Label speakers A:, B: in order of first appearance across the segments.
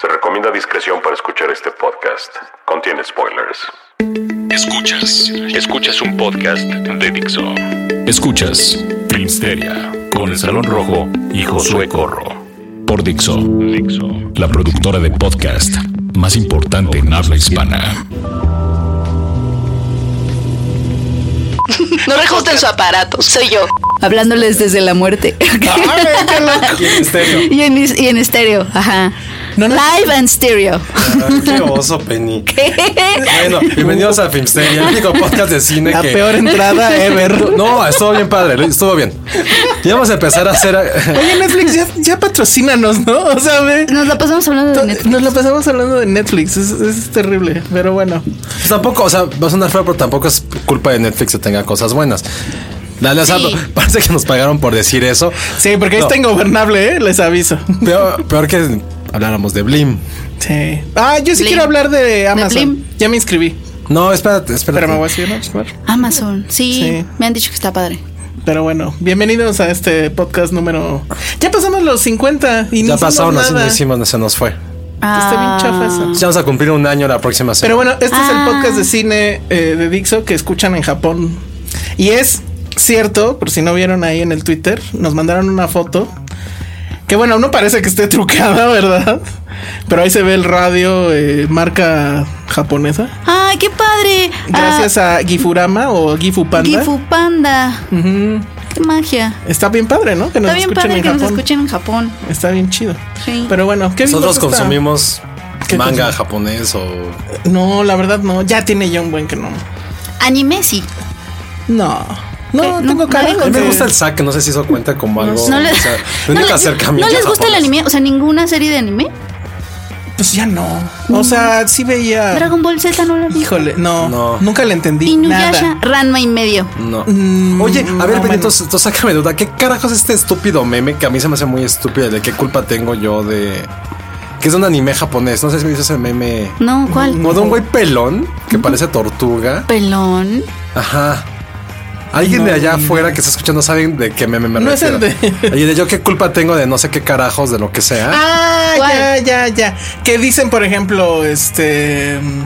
A: Se recomienda discreción para escuchar este podcast. Contiene spoilers. Escuchas, escuchas un podcast de Dixo. Escuchas Filmsteria con el Salón Rojo y Josué Corro. Por Dixo, Dixo, la productora de podcast más importante en habla hispana.
B: No reajusten su aparato, soy yo.
C: Hablándoles desde la muerte. y, en, y en estéreo, ajá. Live and stereo.
D: Ah, Qué oso, Penny.
C: ¿Qué?
D: Bueno, bienvenidos a Filmsteria, el único podcast de cine
E: La
D: que.
E: peor entrada ever.
D: No, estuvo bien padre, estuvo bien. Ya vamos a empezar a hacer. eh,
E: Oye, Netflix, ya, ya patrocínanos, ¿no? O sea, ve,
C: Nos la pasamos hablando de Netflix.
E: Nos la pasamos hablando de Netflix. Es, es terrible, pero bueno.
D: Pues Tampoco, o sea, va a sonar feo, pero tampoco es culpa de Netflix que tenga cosas buenas. Dale, o sea,
C: Sí.
D: parece que nos pagaron por decir eso.
E: Sí, porque
D: No.
E: está ingobernable, ¿eh? Les aviso.
D: Peor, peor que habláramos de Blim.
E: Sí. Ah, yo sí
C: Blim.
E: quiero hablar de Amazon.
C: Blim?
E: ya me inscribí,
D: No, espérate, espérate.
E: pero me voy a seguir, ¿no? Pues, bueno.
C: Amazon. Sí,
E: Sí.
C: me han dicho que está padre.
E: Pero bueno, bienvenidos a este podcast número. Ya pasamos los 50 y
D: Ya
E: no
D: pasaron,
E: hicimos
D: así
E: nada.
D: lo hicimos, no se nos fue.
C: Ah.
E: Está bien chafa eso.
D: Ya vamos a cumplir un año la próxima semana.
E: Pero bueno, este es
C: Ah.
E: el podcast de cine eh, de Dixo que escuchan en Japón. Y es cierto, por si no vieron ahí en el Twitter, nos mandaron una foto. Que bueno, no parece que esté trucada, ¿verdad? Pero ahí se ve el radio eh, marca japonesa.
C: Ay, qué padre.
E: Gracias a Gifurama o Gifu
C: a
E: Panda.
C: Gifu Panda. Qué magia.
E: Está bien padre, ¿no? Que nos
C: está bien
E: escuchen
C: padre
E: en
C: que nos
E: Japón.
C: escuchen en Japón.
E: Está bien chido.
C: Sí.
E: Pero bueno, ¿qué vimos
D: Nosotros
E: esta-
D: consumimos
E: ¿Qué
D: manga japonés o
E: No, la verdad no. Ya tiene ya un buen que no.
C: Anime sí.
E: No. No,
C: ¿Qué?
E: tengo
C: No,
E: cara.
C: no
D: A mí me
E: de-
D: gusta el saque, no sé si eso cuenta como algo.
C: No, le-
D: Oh, o sea, el
C: no
D: único
C: le-
D: acercamiento
C: no les
D: a
C: gusta el
D: japonés.
C: anime, o sea, ninguna serie de anime.
E: Pues ya no. O sea, sí veía.
C: Dragon Ball Z no la vi.
E: Ah. Híjole, no,
D: No.
E: Nunca le entendí.
C: Inuyasha,
E: Nada.
C: Ranma y medio.
D: No.
E: Mm,
D: Oye,
E: no
D: a ver, Benito,
E: manches.
D: tú sácame duda. ¿Qué carajos es este estúpido meme que a mí se me hace muy estúpido? ¿De qué culpa tengo yo de.? Que es de un anime japonés. No sé si me dices el meme.
C: No, ¿cuál?
D: O de un güey pelón que parece tortuga.
C: Pelón.
D: Ajá. Alguien de allá afuera que está escuchando saben de qué meme me
E: No es
D: refiero.
E: el de-
D: Oye, de yo qué culpa tengo de no sé qué carajos, de lo que sea.
E: Ah,
C: ¿Cuál?
E: ya, ya, ya. Que dicen, por ejemplo, este. mm,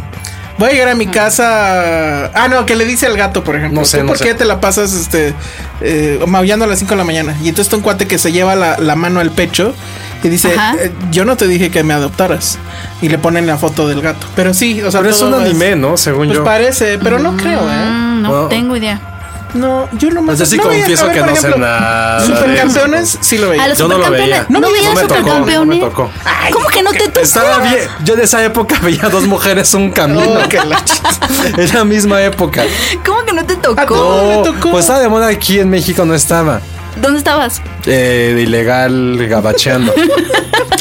E: Voy a llegar a mi casa. Ah, no, que le dice al gato, por ejemplo.
D: No sé,
E: ¿Tú
D: no
E: ¿Por
D: sé.
E: qué te la pasas este eh, maullando a las 5 de la mañana? Y entonces está un cuate que se lleva la, la mano al pecho y dice:
C: Ajá.
E: "Eh, Yo no te dije que me adoptaras. Y le ponen la foto del gato. Pero sí, o sea,
D: Pero es
E: todo
D: un anime, ¿no? Según
E: Pues
D: yo.
E: parece, pero no creo, ¿eh.
C: Mm, no
D: Bueno.
C: tengo idea.
E: No, yo lo más.
D: Pues yo sí
E: no veía-
D: confieso
E: a ver,
D: que
E: por
D: no sé
E: ejemplo,
D: nada de
E: Supercampeones, sí lo
C: A
E: veía.
C: los
D: eh, Yo no lo veía.
C: supercampeones. No,
D: No
C: veías
D: me tocó, no
C: supercampeones.
D: me tocó.
C: ¿Cómo que no te tocó?
D: Estaba bien. Yo de esa época veía dos mujeres un camino.
E: Oh, que la ch-
D: en la misma época.
C: ¿Cómo que no te
E: Ah,
C: tocó?
E: no.
D: No,
E: me tocó.
D: pues
C: ah,
D: estaba de moda aquí en México, no estaba.
C: ¿Dónde estabas?
D: Eh, de ilegal gabacheando.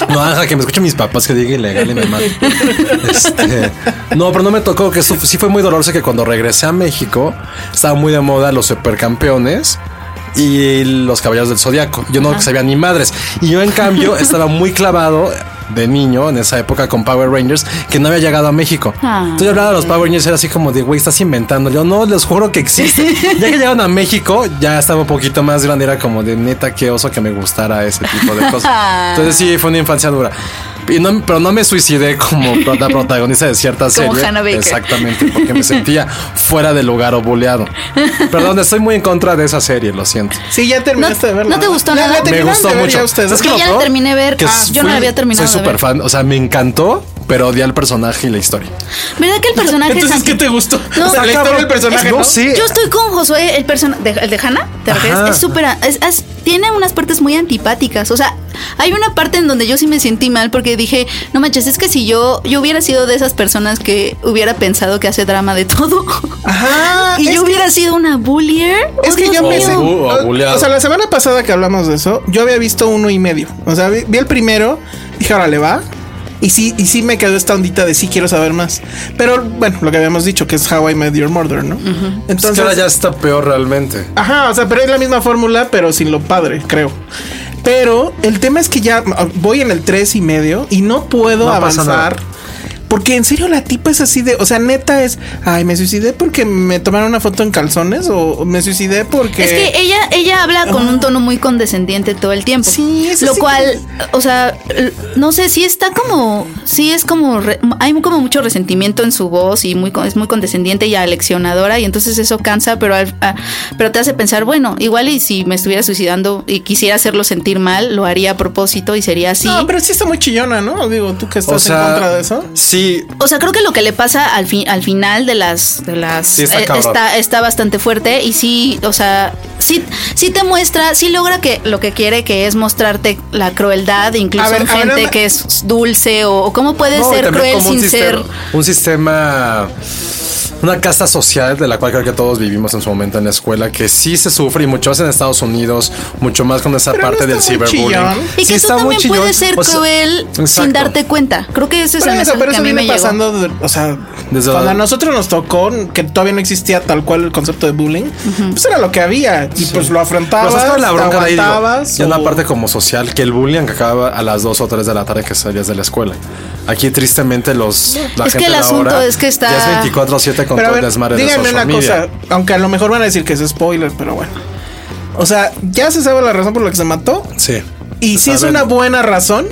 D: No, deja que me escuchen mis papás que diga ilegal y me maten. Este, no, pero no me tocó, que eso sí fue muy doloroso que cuando regresé a México estaba muy de moda los supercampeones y los caballeros del zodiaco. Yo no sabía ni madres. Y yo, en cambio, estaba muy clavado de niño en esa época con Power Rangers que no había llegado a México.
C: Ah.
D: Entonces yo hablaba de los Power Rangers era así como de, güey, estás inventando. Yo no, les juro que existe. ya que llegaron a México, ya estaba un poquito más grande, era como de neta, qué oso que me gustara ese tipo de cosas. Entonces sí, fue una infancia dura. Y no- pero no me suicidé como pro- la protagonista de ciertas
C: Como
D: serie.
C: Hannah Baker.
D: Exactamente, porque me sentía fuera de lugar o boleado. Perdón, estoy muy en contra de esa serie, lo siento.
E: Sí, ya
C: No-
E: terminaste de verla.
C: no te gustó nada. Me
E: terminaron
D: gustó
E: de ver
D: mucho.
E: ya ustedes.
D: Es que
C: Yo
D: lo
C: ya la
D: peor?
C: terminé de ver.
D: Que
C: Ah, yo no
D: fui-
C: la había terminado.
D: Soy
C: de ver.
D: súper fan, o sea, me encantó, pero odié al personaje y la historia.
C: ¿Verdad que el personaje es
E: Entonces,
C: anti-
E: ¿qué te gustó?
C: No.
E: o sea, la historia del personaje,
D: No
E: ¿no?
D: sé.
C: Yo estoy con Josué, el personaje, el de Hannah, ¿te refieres?
D: Ajá.
C: Es súper, es- es- tiene unas partes muy antipáticas, o sea, hay una parte en donde yo sí me sentí mal porque dije, no manches, es que si yo, yo hubiera sido de esas personas que hubiera pensado que hace drama de todo,
E: Ajá.
C: Ah, y
E: Ah, es
C: yo
E: que-
C: hubiera sido una bullier,
E: Es
C: Oh,
E: que
C: Dios
E: yo
C: mío.
E: pensé.
D: Bu- o Uh, buleado.
E: o sea, la semana pasada que hablamos de eso, yo había visto uno y medio. O sea, vi, vi el primero, dije, ahora le va. Y sí, y sí me quedó esta ondita de sí quiero saber más. Pero bueno, lo que habíamos dicho, que es How I Met Your Murder, ¿no?
D: Es que ahora ya está peor realmente.
E: Ajá, o sea, pero es la misma fórmula, pero sin lo padre, creo. Pero el tema es que ya ah, voy en el tres y medio y no puedo
D: No pasa
E: avanzar. Porque en serio la tipa es así de, o sea, neta es, ay, me suicidé porque me tomaron una foto en calzones o me suicidé porque...
C: Es que ella, ella habla con un tono muy condescendiente todo el tiempo.
E: Sí, eso
C: Lo
E: sí
C: cual, o sea, l- no sé, sí está como, sí es como, re- hay como mucho resentimiento en su voz y muy, con- es muy condescendiente y aleccionadora y entonces eso cansa, pero, al- a- pero te hace pensar, bueno, igual y si me estuviera suicidando y quisiera hacerlo sentir mal, lo haría a propósito y sería así.
E: No, pero sí está muy chillona, ¿no? Digo, tú que estás
D: O sea,
E: en contra de eso.
D: Sí,
C: O sea, creo que lo que le pasa al, fin, al final de las. De las
D: Sí, está
C: eh,
D: cabrón.
C: está, está bastante fuerte y sí, o sea, sí, sí te muestra, sí logra que lo que quiere que es mostrarte la crueldad, incluso
E: A ver,
C: en
E: a ver,
C: gente
E: ama-
C: que es dulce o, o cómo puede
D: No, y
C: ser
D: también
C: cruel
D: como un
C: sin ser.
D: sistema, un sistema, una casta social de la cual creo que todos vivimos en su momento en la escuela, que sí se sufre y mucho más en Estados Unidos, mucho más con esa
E: Pero no
D: parte del
E: está muy
D: ciberbullying.
E: chillón. pues,
C: Y que
D: Sí,
C: tú
D: está muy
C: también
D: chillón.
C: puedes ser
D: O sea,
C: cruel sin
D: exacto.
C: darte cuenta. Creo que ese es
E: Pero
C: el
E: eso,
C: mensaje
E: pero
C: que
E: eso
C: a mí me
E: viene
C: llegó.
E: pasando, de- o sea,
D: Desde
E: cuando
D: la-
E: a nosotros nos tocó, que todavía no existía tal cual el concepto de bullying, pues era lo que había. Y pues lo
D: Pero, o
E: afrontabas,
D: sea, estaba la
E: lo
D: bronca de ahí, digo,
E: aguantabas.
D: ya en
E: o-
D: la parte como social, que el bullying que acaba a las 2 o 3 de la tarde que salías de la escuela. Aquí tristemente los la
C: Es que
D: gente
C: el
D: de
C: asunto
D: ahora
C: es que está-
D: ya es 24 7 con
E: Pero a
D: todo el
E: ver,
D: desmadre de
E: díganme
D: social
E: una
D: media.
E: cosa, aunque a lo mejor van a decir que es spoiler, pero bueno. O sea, ya se sabe la razón por la que se mató.
D: Sí.
E: Y
D: Se
E: si es
D: sabe.
E: una buena razón,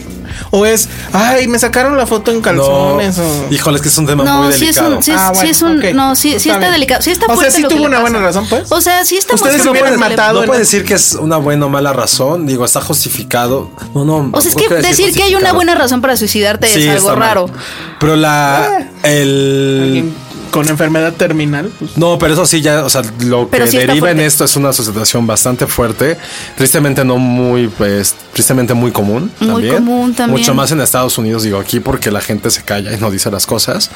E: o es, ay, me sacaron la foto en
D: No,
E: calzones. o...
D: híjole, es que es un tema
C: No,
D: muy
C: sí es
D: delicado.
C: un, sí es,
E: Ah,
C: sí
E: bueno,
C: es un-
E: ok.
C: no, sí, sí
E: Está
C: está
E: bien.
C: delicado, sí está
E: O sea,
C: fuerte
E: sí
C: lo que
E: tuvo
C: le
E: una
C: pasa.
E: buena razón, pues.
C: O sea, sí está muy
E: Ustedes lo
C: fuerte
E: hubieran
C: que le-
E: matado,
D: No
E: en-
D: puede decir que es una buena o mala razón. Digo, está justificado. No, no.
C: O sea, es
D: no
C: que
D: quiero
C: decir que hay una
D: justificado.
C: buena razón para suicidarte
D: Sí,
C: es algo
D: está mal.
C: raro. Eh.
D: Pero la. El.
E: Alguien con enfermedad terminal, pues.
D: No, pero eso sí, ya, o sea, lo
C: Pero
D: que
C: sí está
D: deriva en
C: fuerte.
D: esto es una situación bastante fuerte, tristemente no muy, pues, tristemente muy común.
C: Muy
D: también.
C: común también.
D: Mucho más en Estados Unidos, digo aquí, porque la gente se calla y no dice las cosas.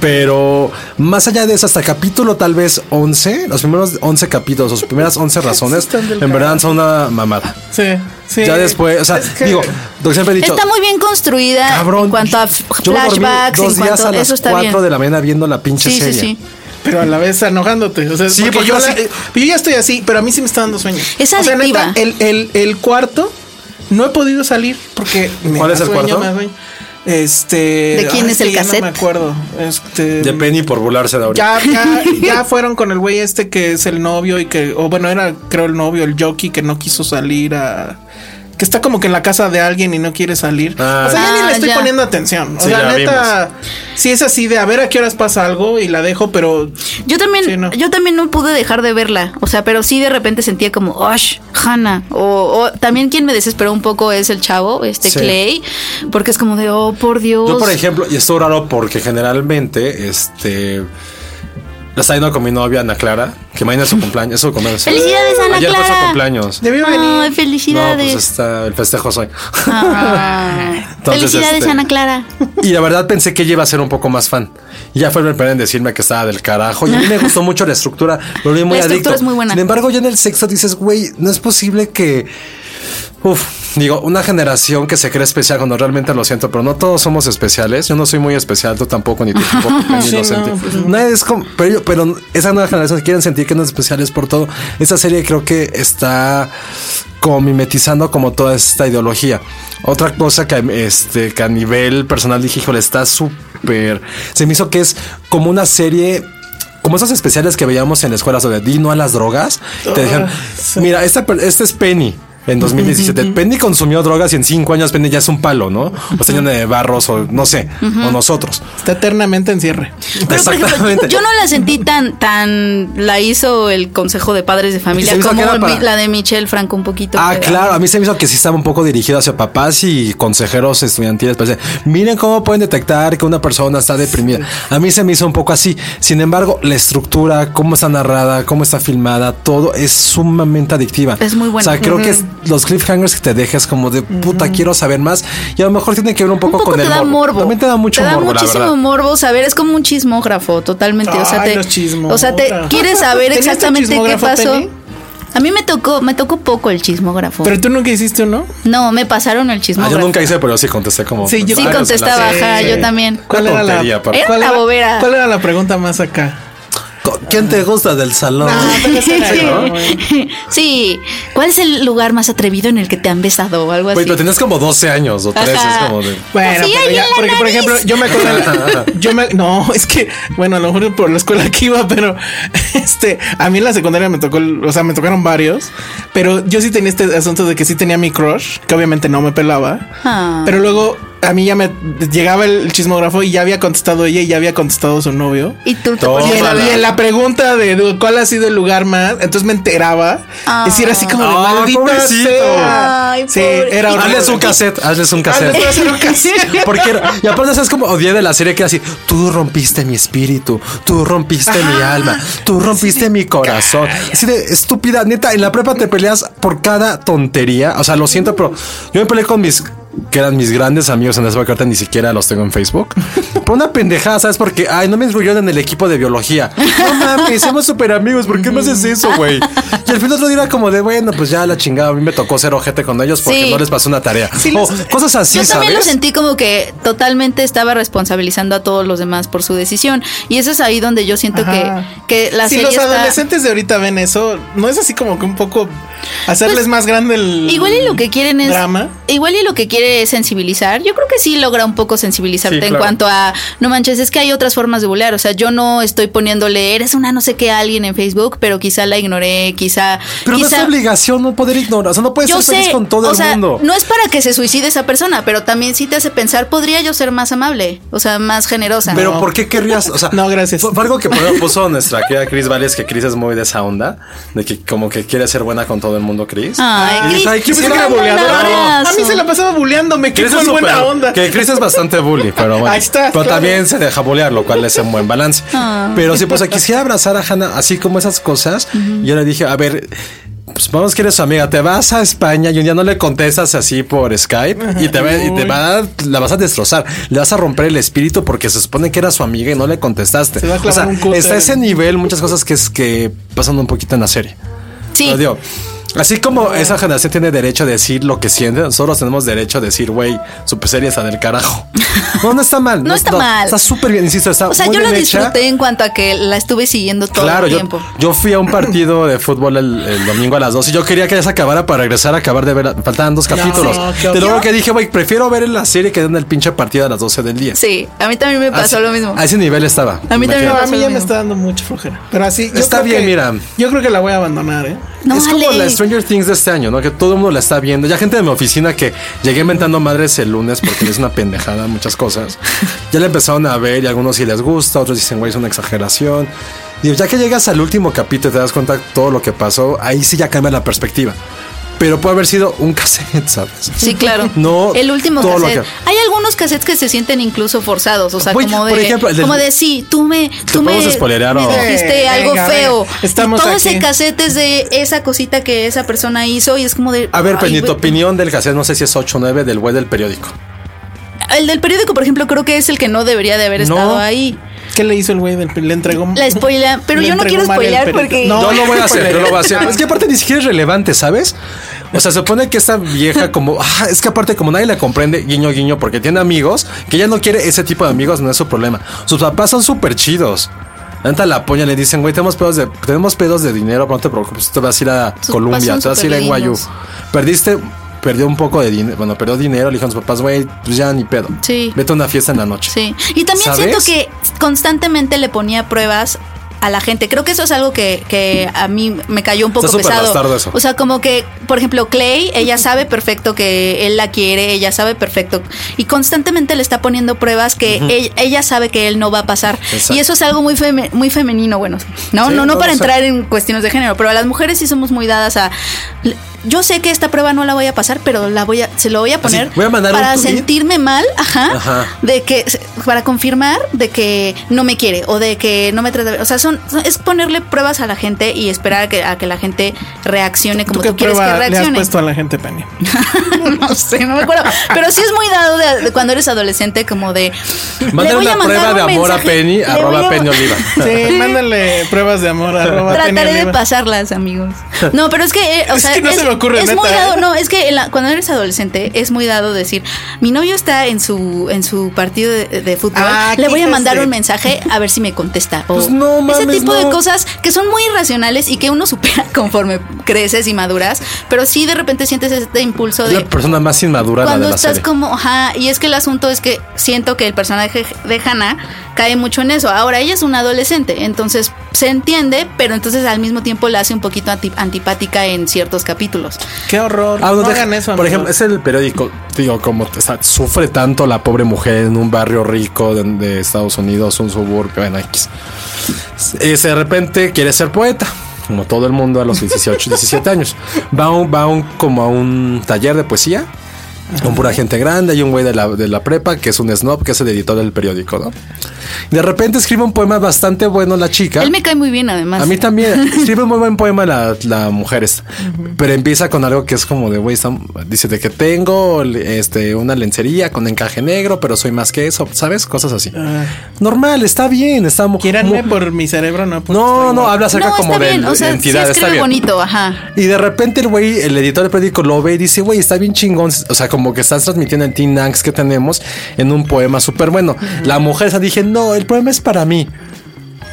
D: Pero más allá de eso, hasta capítulo tal vez 11, los primeros 11 capítulos, las primeras 11 razones,
E: Están del
D: en verdad son una mamada.
E: Sí, sí.
D: Ya después, o sea,
E: Es que-
D: digo, lo que siempre he dicho,
C: Está muy bien construida
D: cabrón,
C: en cuanto a f-
D: yo me dormí
C: flashbacks, en
D: dos días
C: cuanto
D: a las
C: eso está
D: 4
C: bien.
D: de la mañana viendo la pinche
C: sí, sí,
D: serie.
C: sí.
E: Pero a la vez enojándote. O sea,
D: Sí,
E: porque
D: porque
E: yo,
D: así-
E: la- eh, yo ya estoy así, pero a mí sí me está dando sueño.
C: Es
E: o sea,
C: adictiva.
E: neta, el, el, el cuarto no he podido salir porque me
D: ¿Cuál
E: da
D: es el
E: sueño,
D: cuarto?
E: me da sueño. Este.
C: ¿De quién es el
E: que ya
C: cassette?
E: No me acuerdo. Este.
D: De Penny por burlarse de ahorita.
E: Ya, ya, ya fueron con el güey este que es el novio y que, o bueno, era creo el novio, el jockey que no quiso salir a... Que está como que en la casa de alguien y no quiere salir.
D: Ah.
E: o sea, ya ni
C: Ah,
E: le estoy
C: ya.
E: poniendo atención. O
D: Sí,
E: sea,
D: ya
E: neta, sí es así de a ver a qué horas pasa algo y la dejo, pero...
C: Yo también,
E: Sí, no.
C: yo también no pude dejar de verla. O sea, pero sí de repente sentía como, ¡Osh! Hannah. O, o también quien me desesperó un poco es el chavo, este
D: Sí.
C: Clay, porque es como de, oh, por Dios.
D: Yo, por ejemplo, y esto raro porque generalmente, este. La estaba yendo con mi novia Ana Clara, que mañana es su cumpleaños. Es su cumpleaños.
C: Felicidades, Ana
D: Ayer fue su
C: Clara.
D: cumpleaños.
E: Debió venir.
C: Ay,
D: No,
C: felicidades.
D: pues está el festejo soy.
C: Ay.
D: Entonces,
C: felicidades,
D: este-
C: Ana Clara.
D: Y la verdad pensé que ella iba a ser un poco más fan. Y ya fue el primero en decirme que estaba del carajo. Y a mí me gustó mucho la estructura. Lo vi muy
C: La estructura
D: adicto.
C: es muy buena.
D: Sin embargo, ya en el sexto dices, güey, no es posible que. Uf, digo, una generación que se cree especial cuando realmente lo siento, pero no todos somos especiales. Yo no soy muy especial, tú tampoco, ni tú tampoco, ni
E: Sí,
D: lo
E: no,
D: sentí.
E: pues
D: Nadie es como- pero, yo- pero esa nueva generación quieren sentir que no es especiales por todo. Esta serie creo que está como mimetizando como toda esta ideología. Otra cosa que, este, que a nivel personal dije, híjole, está súper... Se me hizo que es como una serie... Como esos especiales que veíamos en la escuela sobre Dino a las drogas, te
C: Ah,
D: dejan, mira, esta per- este es Penny en 2017. Penny consumió drogas y en cinco años Penny ya es un palo, ¿no? O sea, de barros o no sé, o nosotros.
E: Está eternamente en cierre.
C: Pero, por ejemplo, yo no la sentí tan, tan. La hizo el Consejo de Padres de
D: Es
C: Familia
D: que se me hizo
C: como
D: que era
C: mi-
D: para-
C: la de Michelle Franco un poquito.
D: Ah,
C: pero-
D: claro, a mí se me hizo que sí estaba un poco dirigido hacia papás y consejeros estudiantiles. Pero, decía, miren cómo pueden detectar que una persona está deprimida. A mí se me hizo un poco así. Sin embargo, la estructura, cómo está narrada, cómo está filmada, todo es sumamente adictiva.
C: Es muy buena.
D: O sea, creo que es- los cliffhangers que te dejas como de puta, quiero saber más. Y a lo mejor tiene que ver un poco,
C: Un poco
D: con
C: te
D: el
C: da
D: morbo.
C: morbo.
D: También te da mucho morbo, la
C: muchísimo
D: verdad.
C: morbo saber. Es como un chismógrafo, totalmente. o sea,
E: Ay,
C: te,
E: los chismógrafos.
C: o sea, te quieres saber
E: ¿Tenías tu
C: exactamente qué
E: chismógrafo,
C: pasó.
E: Penny?
C: A mí me tocó, me tocó poco el chismógrafo.
E: Pero tú nunca hiciste uno.
C: no, me pasaron el
D: Ah,
C: chismógrafo.
D: yo nunca hice, pero sí contesté como.
E: Sí, yo-
C: Sí
D: varios en la
C: contestaba,
D: serie.
C: ajá, yo también.
E: ¿Cuál era la,
D: Oh, tontería, aparte.
C: Era
E: cuál
C: una bobera.
E: ¿Cuál era la pregunta más acá?
D: ¿Quién te gusta del salón?
C: Ah, Sí. ¿Cuál es el lugar más atrevido en el que te han besado o algo así?
D: Güey, pero tenías como 12 años o 13,
C: Ajá.
D: es como de...
E: Bueno,
C: Así,
E: pero
C: Pues ahí
E: ya,
C: en la
E: porque por
C: nariz.
E: ejemplo, yo me acuerdo, yo me, no, es que, bueno, a lo mejor por la escuela que iba, pero este, a mí en la secundaria me tocó, el- o sea, me tocaron varios, pero yo sí tenía este asunto de que sí tenía mi crush, que obviamente no me pelaba,
C: Ah.
E: pero luego a mí ya me llegaba el chismógrafo y ya había contestado ella y ya había contestado su novio.
C: Y tú te
D: Tómala.
E: Y
C: ponías
E: en,
C: a
E: la,
C: ver.
E: y en la pregunta de du- cuál ha sido el lugar más, entonces me enteraba.
C: Ah.
E: Y si era así como de
D: Ah,
E: maldita
D: pobrecito.
E: sea.
C: Ay,
E: sí,
C: pobre-
E: era horrible.
D: Hazles un cassette, hazles un
E: Ah, les voy a
D: cassette.
E: hacer un cassette.
D: Porque era- y aparte sabes como odié de la serie que era así, tú rompiste mi espíritu, tú rompiste mi alma, tú rompiste mi corazón. Así de estúpida, neta, en la prepa te peleas por cada tontería. O sea, lo siento, pero yo me peleé con mis que eran mis grandes amigos en esa época, ahorita ni siquiera los tengo en Facebook. Por una pendejada, ¿sabes? Porque, ay, no me incluyeron en el equipo de biología. No mames, somos súper amigos, ¿por qué me haces eso, güey? Y al final otro día era como de, bueno, pues ya la chingada, a mí me tocó ser ojete con ellos porque
C: Sí.
D: no les pasó una tarea. o cosas así,
C: Yo también lo
D: ¿sabes?
C: sentí como que totalmente estaba responsabilizando a todos los demás por su decisión. Y eso es ahí donde yo siento que,
E: Ajá.
C: que la
E: si
C: serie
E: los
C: está-
E: adolescentes de ahorita ven eso, ¿no es así como que un poco hacerles
C: Pues,
E: más grande el
C: Igual y lo que quieren es.
E: drama?
C: Igual y lo que quiere es sensibilizar. Yo creo que sí logra un poco sensibilizarte
D: Sí,
C: en
D: claro.
C: cuanto a. No manches, es que hay otras formas de bulear. O sea, yo no estoy poniéndole. Eres una no sé qué a alguien en Facebook, pero quizá la ignoré, quizá.
D: Pero no es
C: quizá-
D: tu obligación no poder ignorar. O sea, no puedes
C: yo
D: ser feliz
C: sé,
D: con todo
C: o
D: el
C: sea,
D: mundo.
C: no es para que se suicide esa persona, pero también sí te hace pensar, podría yo ser más amable, o sea, más generosa.
D: Pero
C: No.
D: ¿por qué querrías? O sea,
E: No, gracias.
D: Fue, fue algo que por ejemplo, puso nuestra querida Cris Valles, que Cris es muy de esa onda, de que como que quiere ser buena con todo el mundo, Cris.
C: Ay,
D: Y dices,
C: Cris,
D: ay, ¿quién
C: sí,
D: será
C: no,
D: buleadora?
C: no, no.
E: A mí se la pasaba bulleándome, qué
D: Cris es
E: con
D: súper-
E: buena onda.
D: Que Cris es bastante bully, pero bueno.
E: Ahí está,
D: Pero
E: claro.
D: también se deja bullear, lo cual es un buen balance. Pero sí, pues quisiera abrazar a Hannah, así como esas cosas. Yo le dije, a ver. Pues vamos que eres su amiga, te vas a España y un día no le contestas así por Skype y te, va, y te va- la vas a destrozar, le vas a romper el espíritu porque se supone que era su amiga y no le contestaste.
E: Se va a
D: o
E: clavar
D: sea,
E: un cúter.
D: está ese nivel, muchas cosas que es que pasan un poquito en la serie.
C: Sí.
D: Lo digo, así como esa generación tiene derecho a decir lo que siente, nosotros tenemos derecho a decir, güey, super serie está del carajo. No, no está mal.
C: No está mal.
D: Está súper bien, insisto, está
C: O sea,
D: muy
C: yo la
D: bien hecha.
C: disfruté en cuanto a que la estuve siguiendo todo
D: Claro,
C: el
D: yo,
C: tiempo.
D: yo fui a un partido de fútbol el, el domingo a las 2 y yo quería que ya se acabara para regresar a acabar de ver. Faltaban dos capítulos.
E: qué
D: de luego que dije, güey, prefiero ver la serie que en el pinche partido a las 12 del día.
C: Sí, a mí también me pasó
D: Así-
C: lo mismo.
D: A ese nivel estaba.
C: A mí también
E: No,
D: Imagínate.
E: a
C: pasó
E: mí
C: lo
E: ya me
C: mismo.
E: está dando mucha flojera. Pero así. yo
D: Está
E: creo
D: bien,
E: que-
D: mira.
E: Yo creo que la voy a abandonar, ¿eh?
C: No,
D: es como
C: Ale.
D: la Stranger Things de este año, ¿no? Que todo el mundo la está viendo. Ya gente de mi oficina que llegué inventando madres el lunes porque es una pendejada, muchas cosas. Ya la empezaron a ver y algunos sí les gusta, otros dicen, güey, es una exageración. Y ya que llegas al último capítulo y te das cuenta de todo lo que pasó, ahí sí ya cambia la perspectiva. Pero puede haber sido un cassette, ¿sabes?
C: Sí, claro.
D: No,
C: El último
D: todo lo
C: cassette.
D: que-
C: Hay algunos cassettes que se sienten incluso forzados. O sea,
D: Oye,
C: como de.
D: por ejemplo, el del-
C: como de sí, tú me. Tú me,
D: podemos spoilear
C: me
D: o-
C: dijiste
E: Sí,
C: algo
E: venga,
C: feo.
E: venga. Estamos
C: y todo
E: aquí.
C: ese cassette es de esa cosita que esa persona hizo y es como de.
D: A ver,
C: ay,
D: Peñito,
C: güey.
D: opinión del cassette, no sé si es 8 o 9 del güey del periódico.
C: El del periódico, por ejemplo, creo que es el que no debería de haber
D: No.
C: estado ahí.
E: ¿Qué le hizo el güey del le entregó?
C: La spoila- pero
E: le
C: yo no
E: entregó
C: quiero
E: mal el
C: spoilear
E: perito.
C: porque-
E: No,
D: No, lo voy a hacer, no lo voy a hacer. Es que aparte ni siquiera es relevante, ¿sabes? O sea, se supone que esta vieja como... ah, es que aparte como nadie la comprende, guiño, guiño, porque tiene amigos, que ella no quiere ese tipo de amigos, no es su problema. Sus papás son súper chidos. Anta la poña le dicen, güey, tenemos pedos de, tenemos pedos de dinero, pero no te preocupes, tú te vas a ir a
C: Sus
D: Colombia,
C: papás son
D: te vas a ir a
C: súper
D: NYU.
C: lindos.
D: Perdiste, perdió un poco de dinero. Bueno, perdió dinero. Le dijeron a sus papás, güey, pues ya ni pedo.
C: Sí.
D: Vete a una fiesta en la noche.
C: Sí. Y también siento
D: ¿Sabes?
C: que constantemente le ponía pruebas a la gente. Creo que eso es algo que, que a mí me cayó un poco
D: Está súper
C: pesado.
D: bastardo eso.
C: O sea, como que, por ejemplo, Clay, ella sabe perfecto que él la quiere, ella sabe perfecto. Y constantemente le está poniendo pruebas que ella, ella sabe que él no va a pasar.
D: Exacto.
C: Y eso es algo muy, feme- muy femenino, bueno. No, no,
D: Sí,
C: no,
D: no,
C: para
D: o sea-
C: entrar en cuestiones de género, pero a las mujeres sí somos muy dadas a. Yo sé que esta prueba no la voy a pasar, pero la voy a, se lo voy a
D: Así,
C: poner
D: voy a mandar un
C: para
D: tweet.
C: sentirme mal, ajá,
D: Ajá.
C: de que para confirmar de que no me quiere o de que no me trata, bien. o sea, son son- es ponerle pruebas a la gente y esperar a que, a que la gente reaccione como
E: ¿Tú
C: tú,
E: qué
C: quieres que
E: prueba le has
C: reaccione.
E: puesto a la gente, Penny?
C: no sé, no me acuerdo, pero sí es muy dado de, de cuando eres adolescente como de le
D: Mándale
C: voy a
D: una
C: mandar
D: prueba
C: un
D: de amor a
C: mensaje,
D: Penny,
C: le
D: arroba
C: voy a-
D: Penny Oliva.
E: Sí, mándale pruebas de amor. Arroba Penny
C: Trataré de
E: Oliva.
C: pasarlas, amigos. No, pero es que, eh, o
E: Es
C: sea,
E: que no se me ocurre,
C: es
E: neta,
C: muy
E: ¿eh?
C: dado, no, es que en la- cuando eres adolescente es muy dado decir, mi novio está en su en su partido de, de fútbol,
E: Ah,
C: le voy a
E: quítate.
C: mandar un mensaje a ver si me contesta. O
D: Pues no
C: ese
D: mames,
C: tipo de
D: no.
C: cosas que son muy irracionales y que uno supera conforme creces y maduras, pero sí de repente sientes este impulso
D: Es
C: de
D: la persona más inmadura la
C: cuando
D: de la
C: estás
D: serie.
C: como, ajá, y es que el asunto es que siento que el personaje de Hannah cae mucho en eso. Ahora ella es una adolescente, entonces se entiende, pero entonces al mismo tiempo la hace un poquito anti- antipática en ciertos capítulos.
E: Qué horror.
D: Ah,
E: no,
D: no, deja-
E: hagan eso,
D: Por
E: amigos.
D: ejemplo, es el periódico, digo, como o sea, sufre tanto la pobre mujer en un barrio rico de, de Estados Unidos, un suburbio, bueno, X. Y de repente quiere ser poeta, como todo el mundo a los 18, 17 años. Va, a un, va a un- como a un taller de poesía. Con pura gente grande, hay un güey de la, de la prepa que es un snob, que es el editor del periódico, ¿no? De repente escribe un poema bastante bueno la chica.
C: Él me cae muy bien además.
D: Ah. A mí también. Escribe un muy buen poema la, la mujer esta. Pero empieza con algo que es como de, güey, está- dice de que tengo este, una lencería con encaje negro, pero soy más que eso, ¿sabes? Cosas así.
C: Ah.
D: Normal, está bien, está mu-
E: Ah, Quíranme
D: mu-
E: por mi cerebro, no por
D: No, no, habla acerca
C: pues, no,
D: como
C: está
D: de
C: bien, o sea, sí
D: entidad, está
C: escribe
D: bien.
C: bonito, ajá.
D: Y de repente el güey, el editor del periódico lo ve y dice, güey, está bien chingón. O sea, como que estás transmitiendo el teen angst que tenemos en un poema súper bueno. La mujer se dije, no, el poema es para mí.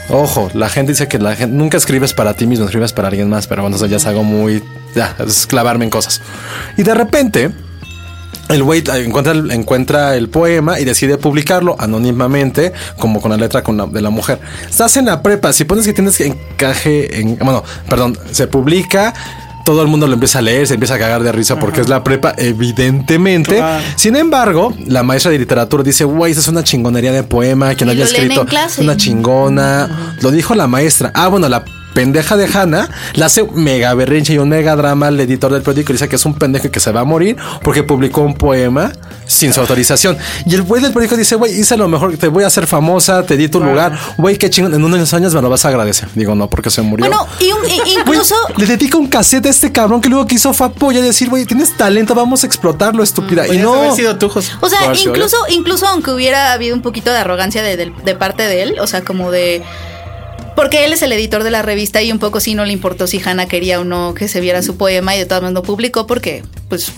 D: Ojo, la gente dice que la gente nunca escribes para ti mismo, escribes para alguien más, pero bueno, eso ya es algo muy. Ya, es clavarme en cosas. Y de repente, el güey eh, encuentra, el- encuentra el poema y decide publicarlo anónimamente, como con la letra con la- de la mujer. Estás en la prepa, si pones que tienes que encaje en. Bueno, perdón, se publica. Todo el mundo lo empieza a leer, se empieza a cagar de risa porque es la prepa, evidentemente.
E: Claro.
D: Sin embargo, la maestra de literatura dice, güey, esa es una chingonería de poema, que no
C: Y
D: había
C: lo leen en
D: escrito.
C: clase.
D: Una chingona. Lo dijo la maestra. Ah, bueno, la pendeja de Hannah la hace mega berrinche y un mega drama al editor del periódico. Dice que es un pendejo y que se va a morir porque publicó un poema sin su autorización. Y el güey del periódico dice, güey, hice lo mejor, te voy a hacer famosa, te di tu lugar. Güey, qué chingón, en unos años me lo vas a agradecer. Digo, no, porque se murió.
C: Bueno, y un- y-
D: Güey,
C: incluso
D: le dedica un cassette a este cabrón que luego quiso fue apoyar y decir, güey, tienes talento, vamos a explotarlo, estúpida. Y
E: Mm, Podrías haber
D: no.
E: sido tú, José.
C: O sea,
D: Guarciola.
C: incluso, incluso aunque hubiera habido un poquito de arrogancia de, del- de parte de él, o sea, como de. Porque él es el editor de la revista y un poco sí no le importó si Hannah quería o no que se viera su poema y de todas maneras no publicó porque, pues.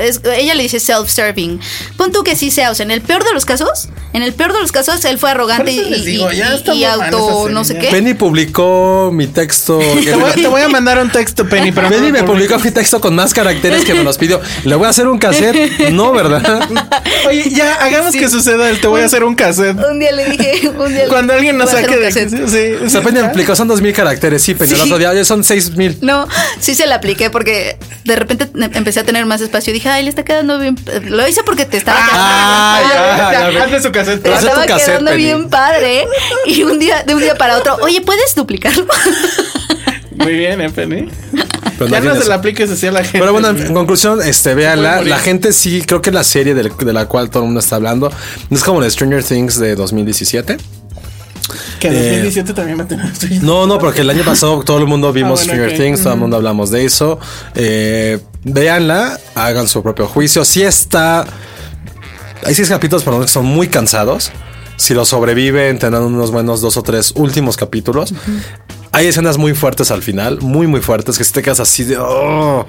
C: es- ella le dice self-serving. Pon tú que sí sea, o sea, en el peor de los casos, en el peor de los casos, él fue arrogante y,
E: Por eso les digo,
C: y-
E: ya
C: y-
E: está
C: y
E: muy mal esa
C: auto,
E: serie,
C: no sé
E: ya.
C: qué.
D: Penny publicó mi texto.
E: Te voy, te voy a mandar un texto, Penny, pero.
D: Ven
E: no
D: y
E: lo
D: me publicó
E: publiques.
D: mi texto con más caracteres que me los pidió. Le voy a hacer un cassette. No, ¿verdad?
E: Oye, ya, hagamos que suceda el te voy a hacer un cassette.
C: Un día le dije, un día le-
E: Cuando alguien nos
C: voy a hacer
E: saque
C: un
E: de.
C: cassette.
E: Sí,
D: O sea, Penny me aplicó, son dos mil caracteres. Sí, Penny, el
C: Sí.
D: otro día, oye, son seis mil.
C: No, sí se la apliqué porque de repente ne- empecé a tener más espacio y dije, ay, le está quedando bien. p-". Lo hice porque te estaba
D: Ah,
C: quedando bien
D: ya,
C: padre.
D: ya,
E: Ya, Pues, Hazle su cassette.
C: Te
D: Pero haz tu
C: estaba
D: cassette,
C: quedando
D: Penny.
C: bien padre. Y un día, de un día para otro, oye, ¿puedes duplicarlo?
E: Muy bien, eh, Penny.
D: Pero no
E: ya no
D: tienes-
E: se la apliques así a la gente.
D: Pues Pero bueno,
E: güey.
D: en conclusión, este, véanla. La gente sí, creo que la serie del- de la cual todo el mundo está hablando es como la Stranger Things de 2017.
E: que en
D: eh,
E: 2017 también va a tener.
D: No, no, porque el año pasado todo el mundo vimos
E: Ah, bueno,
D: Stranger
E: ok.
D: Things, todo el mundo hablamos de eso. Eh, véanla, hagan su propio juicio. Si está. Hay seis capítulos, perdón, que son muy cansados. Si lo sobreviven, tendrán unos buenos dos o tres últimos capítulos. Hay escenas muy fuertes al final, muy, muy fuertes, que si te quedas así de. "Oh".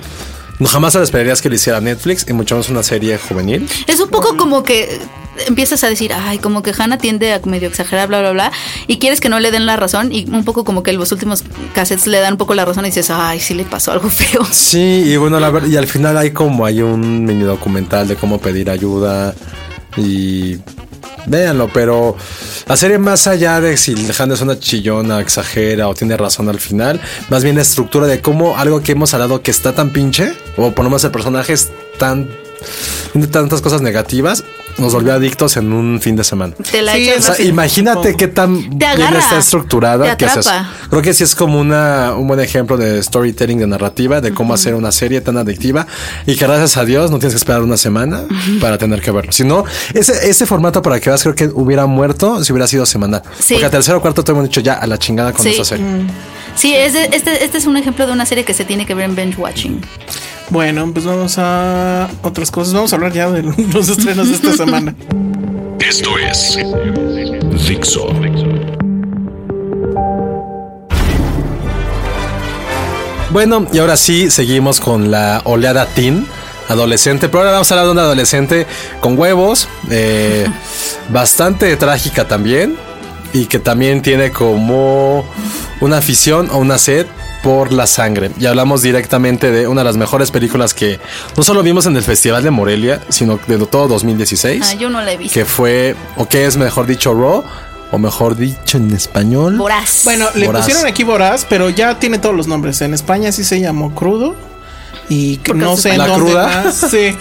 D: No, jamás te esperarías que lo hiciera Netflix y mucho menos una serie juvenil.
C: Es un poco como que empiezas a decir, ay, como que Hannah tiende a medio exagerar, bla, bla, bla, y quieres que no le den la razón, y un poco como que los últimos cassettes le dan un poco la razón y dices, ay, sí le pasó algo feo.
D: Sí, y bueno, la ver- y al final hay como hay un mini documental de cómo pedir ayuda y véanlo, pero la serie más allá de si Hannah es una chillona, exagera o tiene razón al final, más bien la estructura de cómo algo que hemos hablado que está tan pinche, o por lo menos el personaje es tan tiene tantas cosas negativas, nos volvió adictos en un fin de semana.
C: Te la
E: Sí,
C: echan
E: o
D: O
C: rápido.
D: sea, imagínate qué tan bien
C: agarra,
D: está estructurada
C: te
D: que es eso.
C: atrapa.
D: Creo que sí es como una, un buen ejemplo de storytelling, de narrativa, de cómo hacer una serie tan adictiva y que gracias a Dios no tienes que esperar una semana para tener que verlo. Si no, ese, ese formato para que veas creo que hubiera muerto si hubiera sido semanal.
C: Sí.
D: Porque a tercero o cuarto te hemos dicho ya a la chingada con
C: Sí.
D: esta serie.
C: Sí, es de- este, este es un ejemplo de una serie que se tiene que ver en binge watching.
E: Bueno, pues vamos a otras cosas. Vamos a hablar ya de los estrenos de esta semana.
A: Esto es Dixo.
D: Bueno, y ahora sí seguimos con la oleada teen adolescente, pero ahora vamos a hablar de una adolescente con huevos, eh, bastante trágica también, y que también tiene como una afición o una sed por la sangre. Y hablamos directamente de una de las mejores películas que no solo vimos en el Festival de Morelia, sino de todo 2016,
C: Ah, yo no la he visto.
D: que fue, o que es mejor dicho, Raw, o mejor dicho en español.
C: Voraz.
E: Bueno, le
D: Voraz.
E: pusieron aquí Voraz, pero ya tiene todos los nombres. En España sí se llamó Crudo. Y que
C: Porque
E: no
C: se-
E: sé en
D: ¿La
E: dónde
D: cruda?
E: más. Sí.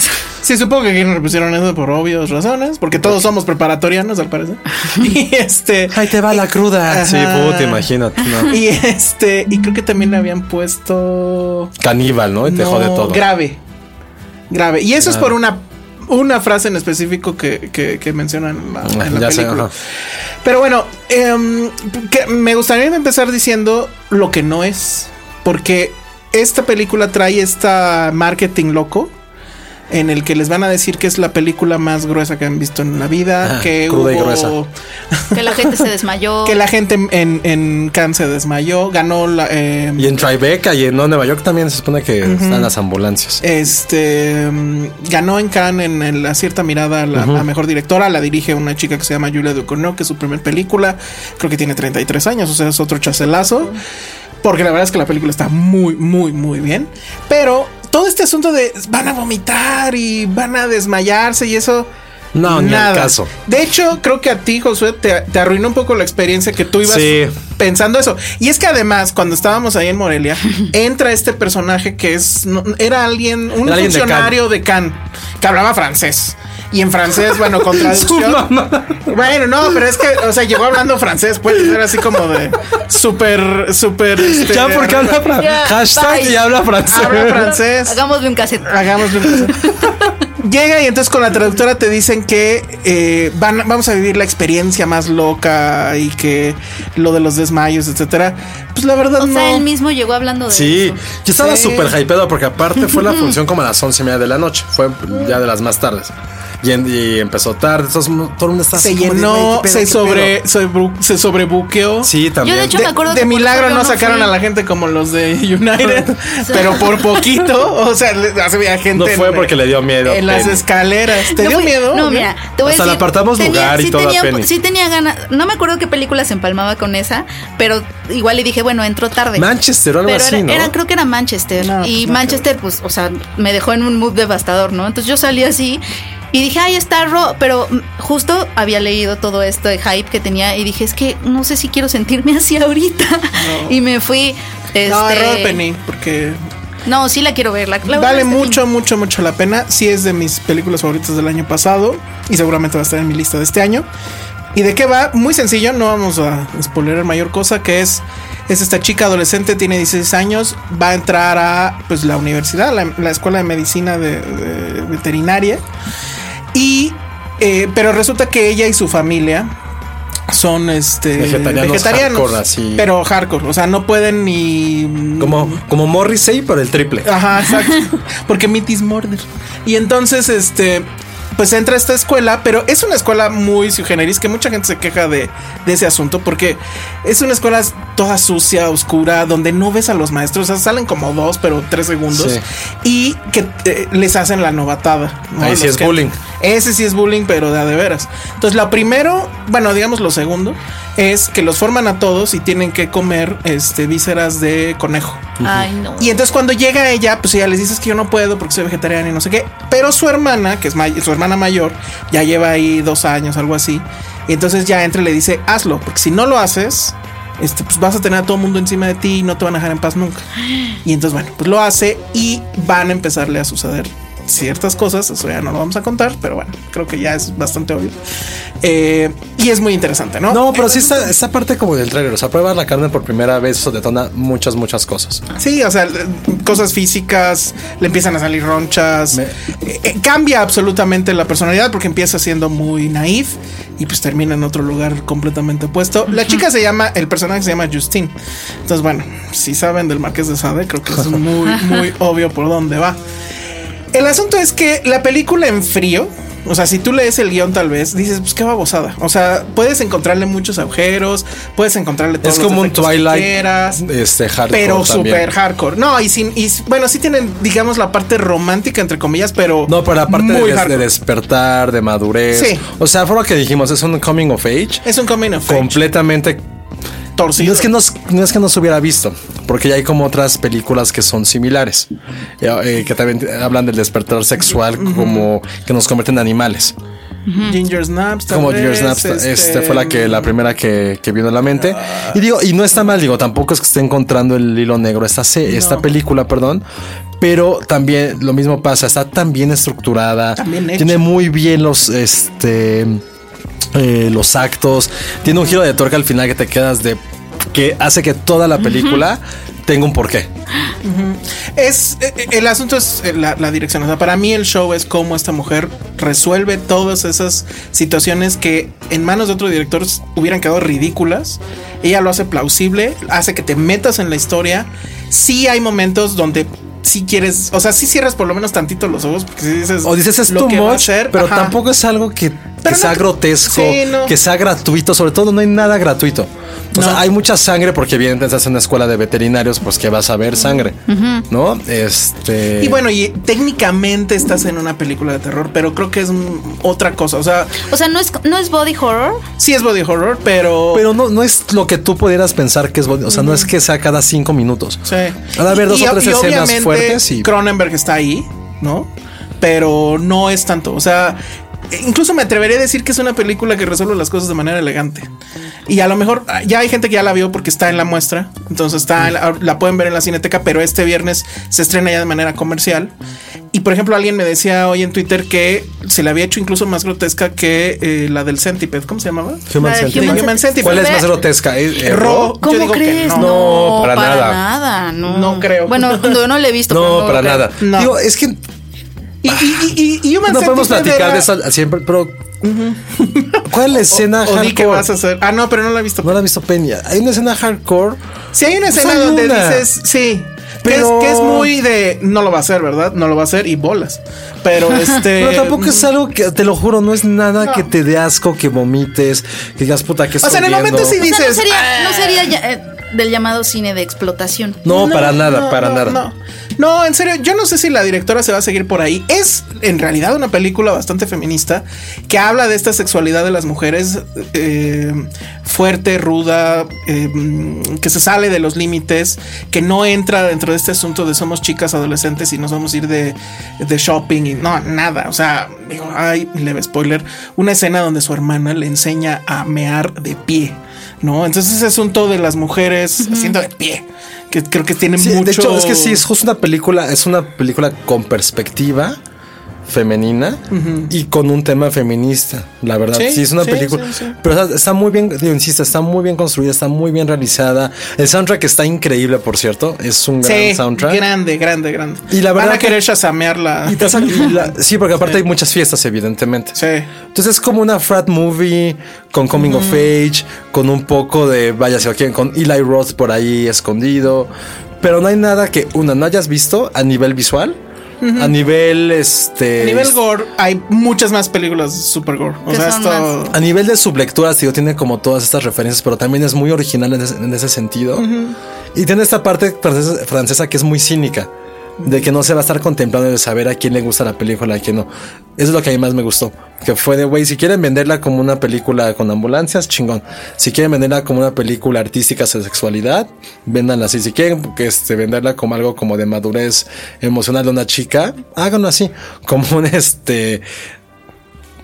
E: Sí, supongo que aquí no le pusieron eso por obvias razones, porque todos somos preparatorianos al parecer. Y este.
D: Ahí te va la cruda.
E: Ajá.
D: Sí, puta, imagínate. no.
E: Y este. Y creo que también le habían puesto.
D: Caníbal, ¿no? Y te
E: No,
D: jode todo. Ah.
E: Grave. Grave. Y eso es
D: Grave.
E: por una, una frase en específico que, que- que mencionan en la, en la
D: Ah, Ya sé,
E: película.
D: ajá.
E: Pero bueno, em, que me gustaría empezar diciendo lo que no es. Porque esta película trae esta marketing loco. En el que les van a decir que es la película más gruesa que han visto en la vida.
D: Ah,
E: que
D: cruda y
E: hubo-
D: gruesa.
C: Que la gente se desmayó.
E: Que la gente en, en Cannes se desmayó. Ganó la. em,
D: Y en Tribeca y en ¿no? Nueva York también se supone que están las ambulancias.
E: Este mm, ganó en Cannes en, el- la cierta mirada a la, a mejor directora. La dirige una chica que se llama Julia Ducournau, que es su primer película. Creo que tiene 33 años, o sea, es otro chacelazo. Porque la verdad es que la película está muy, muy, muy bien. Pero todo este asunto de van a vomitar y van a desmayarse y eso.
D: No, ni al caso.
E: De hecho, creo que a ti, Josué, te, te arruinó un poco la experiencia que tú ibas
D: Sí.
E: pensando eso. Y es que además, cuando estábamos ahí en Morelia, entra este personaje que es no, era alguien, un
D: Era alguien de
E: funcionario de Cannes que hablaba francés. Y en francés, bueno, con traducción. Bueno, no, pero es que, o sea, llegó hablando francés, pues era así como de súper, súper. este,
D: Ya porque habla francés.
C: Ya,
D: Hashtag
C: bye.
D: y habla francés.
E: Habla francés.
C: Hagámosle un cassette.
E: Hagámoslo. Llega y entonces con la traductora te dicen que eh, van, vamos a vivir la experiencia más loca y que lo de los desmayos, etcétera. Pues la verdad
C: O
E: no.
C: sea, él mismo llegó hablando de
D: Sí,
C: eso.
D: yo estaba
E: Sí.
D: súper hypeado porque aparte fue la función como a las once y media de la noche. Fue ya de las más tardes. Y, en- y empezó tarde. entonces todo el mundo estaba
E: se
D: así como de, güey,
E: llenó,
D: ¿qué pedo,
E: se
D: qué
E: sobre,
D: pedo?
E: sobre- se sobrebuqueó.
D: Sí, también.
C: Yo, de hecho,
E: De,
C: me acuerdo
E: de
C: que por
E: milagro
C: eso yo
E: no
C: no
E: sacaron
C: fui.
E: a la gente como los de United, pero por poquito, o sea, le- había gente
D: No fue
E: en-
D: porque le dio miedo.
E: en las
D: Penny.
E: escaleras. ¿Te
C: No
E: dio
C: fui-
E: miedo?
C: No, mira, te voy
D: Hasta
C: a decir,
D: le apartamos lugar y
C: sí
D: todo a
C: Tenía,
D: Penny.
C: Sí tenía ganas. No me acuerdo qué película se empalmaba con esa, pero igual le dije, bueno, entró tarde.
D: Manchester o algo
C: pero
D: así,
C: era,
D: ¿no?
C: era- creo que era Manchester.
E: No, pues,
C: y
E: no
C: Manchester, pues, o sea, me dejó en un mood devastador, ¿no? Entonces yo salí así y dije, ay, está Ro. Pero mm, justo había leído todo esto de hype que tenía y dije, es que no sé si quiero sentirme así ahorita. Y me fui.
E: No,
C: este,
E: error, Penny, porque
C: No, sí la quiero ver. La, la voy a ver
E: Vale
C: este fin.
E: mucho, mucho, mucho la pena. Sí es de mis películas favoritas del año pasado y seguramente va a estar en mi lista de este año. ¿Y de qué va? Muy sencillo, no vamos a spoiler mayor cosa, que es, es esta chica adolescente, tiene 16 años, va a entrar a pues, la universidad, la, la escuela de medicina de- de veterinaria. Y, eh, pero resulta que ella y su familia son este,
D: Vegetarianos hardcore, así.
E: pero hardcore, o sea, no pueden ni...
D: Como, como Morrissey, pero el triple.
E: Ajá, exacto. Porque Meat is Murder. Y entonces, este. Pues entra a esta escuela, pero es una escuela muy sui generis que mucha gente se queja de, de ese asunto porque es una escuela toda sucia, oscura, donde no ves a los maestros, o sea, salen como dos, pero tres segundos
D: Sí.
E: y que eh, les hacen la novatada. ¿no?
D: Ahí
E: Los
D: sí es
E: que-
D: bullying.
E: Ese sí es bullying, pero de a de veras. Entonces, lo primero, bueno, digamos lo segundo, es que los forman a todos y tienen que comer este, vísceras de conejo.
C: Ay, no.
E: Y entonces cuando llega ella, pues ya les dices que yo no puedo porque soy vegetariana y no sé qué. Pero su hermana, que es may- su hermana mayor, ya lleva ahí dos años, algo así. Y entonces ya entra y le dice, hazlo, porque si no lo haces, este, pues vas a tener a todo el mundo encima de ti y no te van a dejar en paz nunca. Y entonces, bueno, pues lo hace y van a empezarle a suceder ciertas cosas. Eso ya no lo vamos a contar, pero bueno, creo que ya es bastante obvio. Eh, y es muy interesante, ¿no?
D: No, pero sí esta, esta parte como del trailer. O sea, pruebas la carne por primera vez, eso detona muchas, muchas cosas.
E: Sí, o sea, eh, cosas físicas, le empiezan a salir ronchas.
D: Me-
E: Eh, eh, cambia absolutamente la personalidad porque empieza siendo muy naif y pues termina en otro lugar completamente opuesto. La chica se llama, el personaje se llama Justine. Entonces, bueno, si saben del Marqués de Sade, creo que es muy, muy obvio por dónde va. El asunto es que la película en frío, o sea, si tú lees el guión tal vez, dices, pues qué babosada. O sea, puedes encontrarle muchos agujeros, puedes encontrarle todos
D: Es
E: los
D: como un
E: defectos que
D: Twilight
E: quieras.
D: este, hardcore.
E: Pero
D: también.
E: súper hardcore. No, y sin. Y, s- bueno, sí tienen, digamos, la parte romántica, entre comillas, pero.
D: No, pero aparte de,
E: muy
D: des- de
E: hardcore.
D: despertar, de madurez.
E: Sí.
D: O sea, fue lo que dijimos, es un coming of age
E: Es un coming of age
D: completamente
E: torcido.
D: No es, que nos, no es que no se hubiera visto, porque ya hay como otras películas que son similares, eh, eh, que también hablan del despertar sexual como que nos convierten en animales.
E: Ginger Snaps. tal
D: Como
E: vez,
D: Dear Snaps, este, fue la que la primera que, que vino a la mente. Y digo, y no está mal, digo, tampoco es que esté encontrando el hilo negro esta, se- esta película, perdón. Pero también lo mismo pasa, está tan bien estructurada,
E: También hecha.
D: tiene muy bien los este eh, los actos, tiene un giro de tuerca al final que te quedas de que hace que toda la película tenga un porqué.
E: Es. eh, eh, el asunto es eh, la, la dirección. O sea, para mí el show es cómo esta mujer resuelve todas esas situaciones que en manos de otro director s- hubieran quedado ridículas. Ella lo hace plausible, hace que te metas en la historia. Sí hay momentos donde. Si quieres, o sea, si cierras por lo menos tantito los ojos, porque si dices.
D: O dices es
E: lo
D: too
E: que va a
D: much,
E: ser",
D: pero
E: ajá.
D: tampoco es algo que, que
E: Pero no
D: sea
E: te-
D: grotesco,
E: Sí, no.
D: que sea gratuito. Sobre todo, no hay nada gratuito. O
E: No.
D: sea, hay mucha sangre porque, evidentemente, estás en una escuela de veterinarios, pues que vas a ver sangre, ¿no? Este.
E: Y bueno, y técnicamente estás en una película de terror, pero creo que es mm, otra cosa. O sea,
C: O sea, no es, no es body horror.
E: sí es body horror, pero.
D: Pero no, no es lo que tú pudieras pensar que es bonito. O sea, no es que sea cada cinco minutos.
E: sí.
D: Van a haber dos
E: Y-
D: o tres
E: y
D: escenas
E: obviamente
D: fuertes y.
E: Cronenberg está ahí, ¿no? Pero no es tanto. O sea, incluso me atrevería a decir que es una película que resuelve las cosas de manera elegante. Y a lo mejor ah, ya hay gente que ya la vio porque está en la muestra. Entonces está en la, la pueden ver en la cineteca, pero este viernes se estrena ya de manera comercial. Y por ejemplo, alguien me decía hoy en Twitter que se le había hecho incluso más grotesca que eh, la del Centipede. ¿Cómo se llamaba?
D: Human
C: La de
D: Centipede.
E: Human Centipede.
D: ¿Cuál es
C: Ve-
D: más grotesca? ¿Eh, eh,
E: Ro. Yo
C: ¿Cómo
E: digo que
C: crees?
E: no.
D: No, para nada.
C: nada, no.
E: No creo.
C: Bueno, yo no le he visto. pero
D: No, para
C: creo.
D: nada.
E: No.
D: Digo, es que
E: Y, y, y, y Human
D: no podemos
E: Centipede
D: platicar
E: era-
D: de eso siempre, pero. ¿Cuál es la escena
E: O di que
D: hardcore?
E: vas a hacer. Ah, no, pero no la he visto.
D: No la he visto Peña. Hay una escena hardcore.
E: Si hay una
D: Pues
E: escena
D: hay
E: donde
D: una.
E: dices, sí,
D: Pero-
E: que, es, que es muy de no lo va a hacer, ¿verdad? No lo va a hacer y bolas. Pero este.
D: Pero tampoco es algo que, te lo juro, no es nada que te dé asco, que vomites, que digas puta que
E: sea, en el momento sí
C: O sea, no
E: Dices,
C: sería, no sería ya- eh, del llamado cine de explotación.
D: No, para nada,
E: no,
D: para
E: no,
D: nada.
E: No. No, en serio, yo no sé si la directora se va a seguir por ahí. Es en realidad una película bastante feminista que habla de esta sexualidad de las mujeres eh, fuerte, ruda, eh, que se sale de los límites, que no entra dentro de este asunto de somos chicas adolescentes y nos vamos a ir de, de shopping y no, nada. O sea, digo, ay, leve spoiler, una escena donde su hermana le enseña a mear de pie. ¿No? Entonces ese asunto de las mujeres haciendo de pie, que creo que tiene
D: Sí,
E: mucho.
D: De hecho, es que sí, es justo una película, es una película con perspectiva femenina y con un tema feminista, la verdad.
E: Sí,
D: Sí, es una
E: sí,
D: película.
E: sí, sí.
D: Pero está, está muy bien, digo, insisto, está muy bien construida, está muy bien realizada. El soundtrack está increíble, por cierto. Es un gran
E: Sí,
D: soundtrack.
E: grande, grande, grande.
D: Y la
E: Van
D: verdad
E: a
D: que-
E: querer chasamearla.
D: Y te saca- y la- sí, porque aparte hay muchas fiestas, evidentemente.
E: Sí.
D: Entonces es como una frat movie con coming of age, con un poco de, vaya si lo quieren, con Eli Roth por ahí escondido. Pero no hay nada que, una, no hayas visto a nivel visual, a nivel este.
E: A nivel gore, hay muchas más películas super gore. O
C: Que
E: sea,
C: son
E: esto.
D: A nivel de sublecturas, digo, tiene como todas estas referencias, pero también es muy original en ese, en ese sentido. Y tiene esta parte francesa, francesa que es muy cínica. de que no se va a estar contemplando de saber a quién le gusta la película, a quién no. Eso es lo que a mí más me gustó. Que fue de, güey, si quieren venderla como una película con ambulancias, chingón. Si quieren venderla como una película artística de sexualidad, véndanla así. Si quieren que este, venderla como algo como de madurez emocional de una chica, háganlo así. Como un este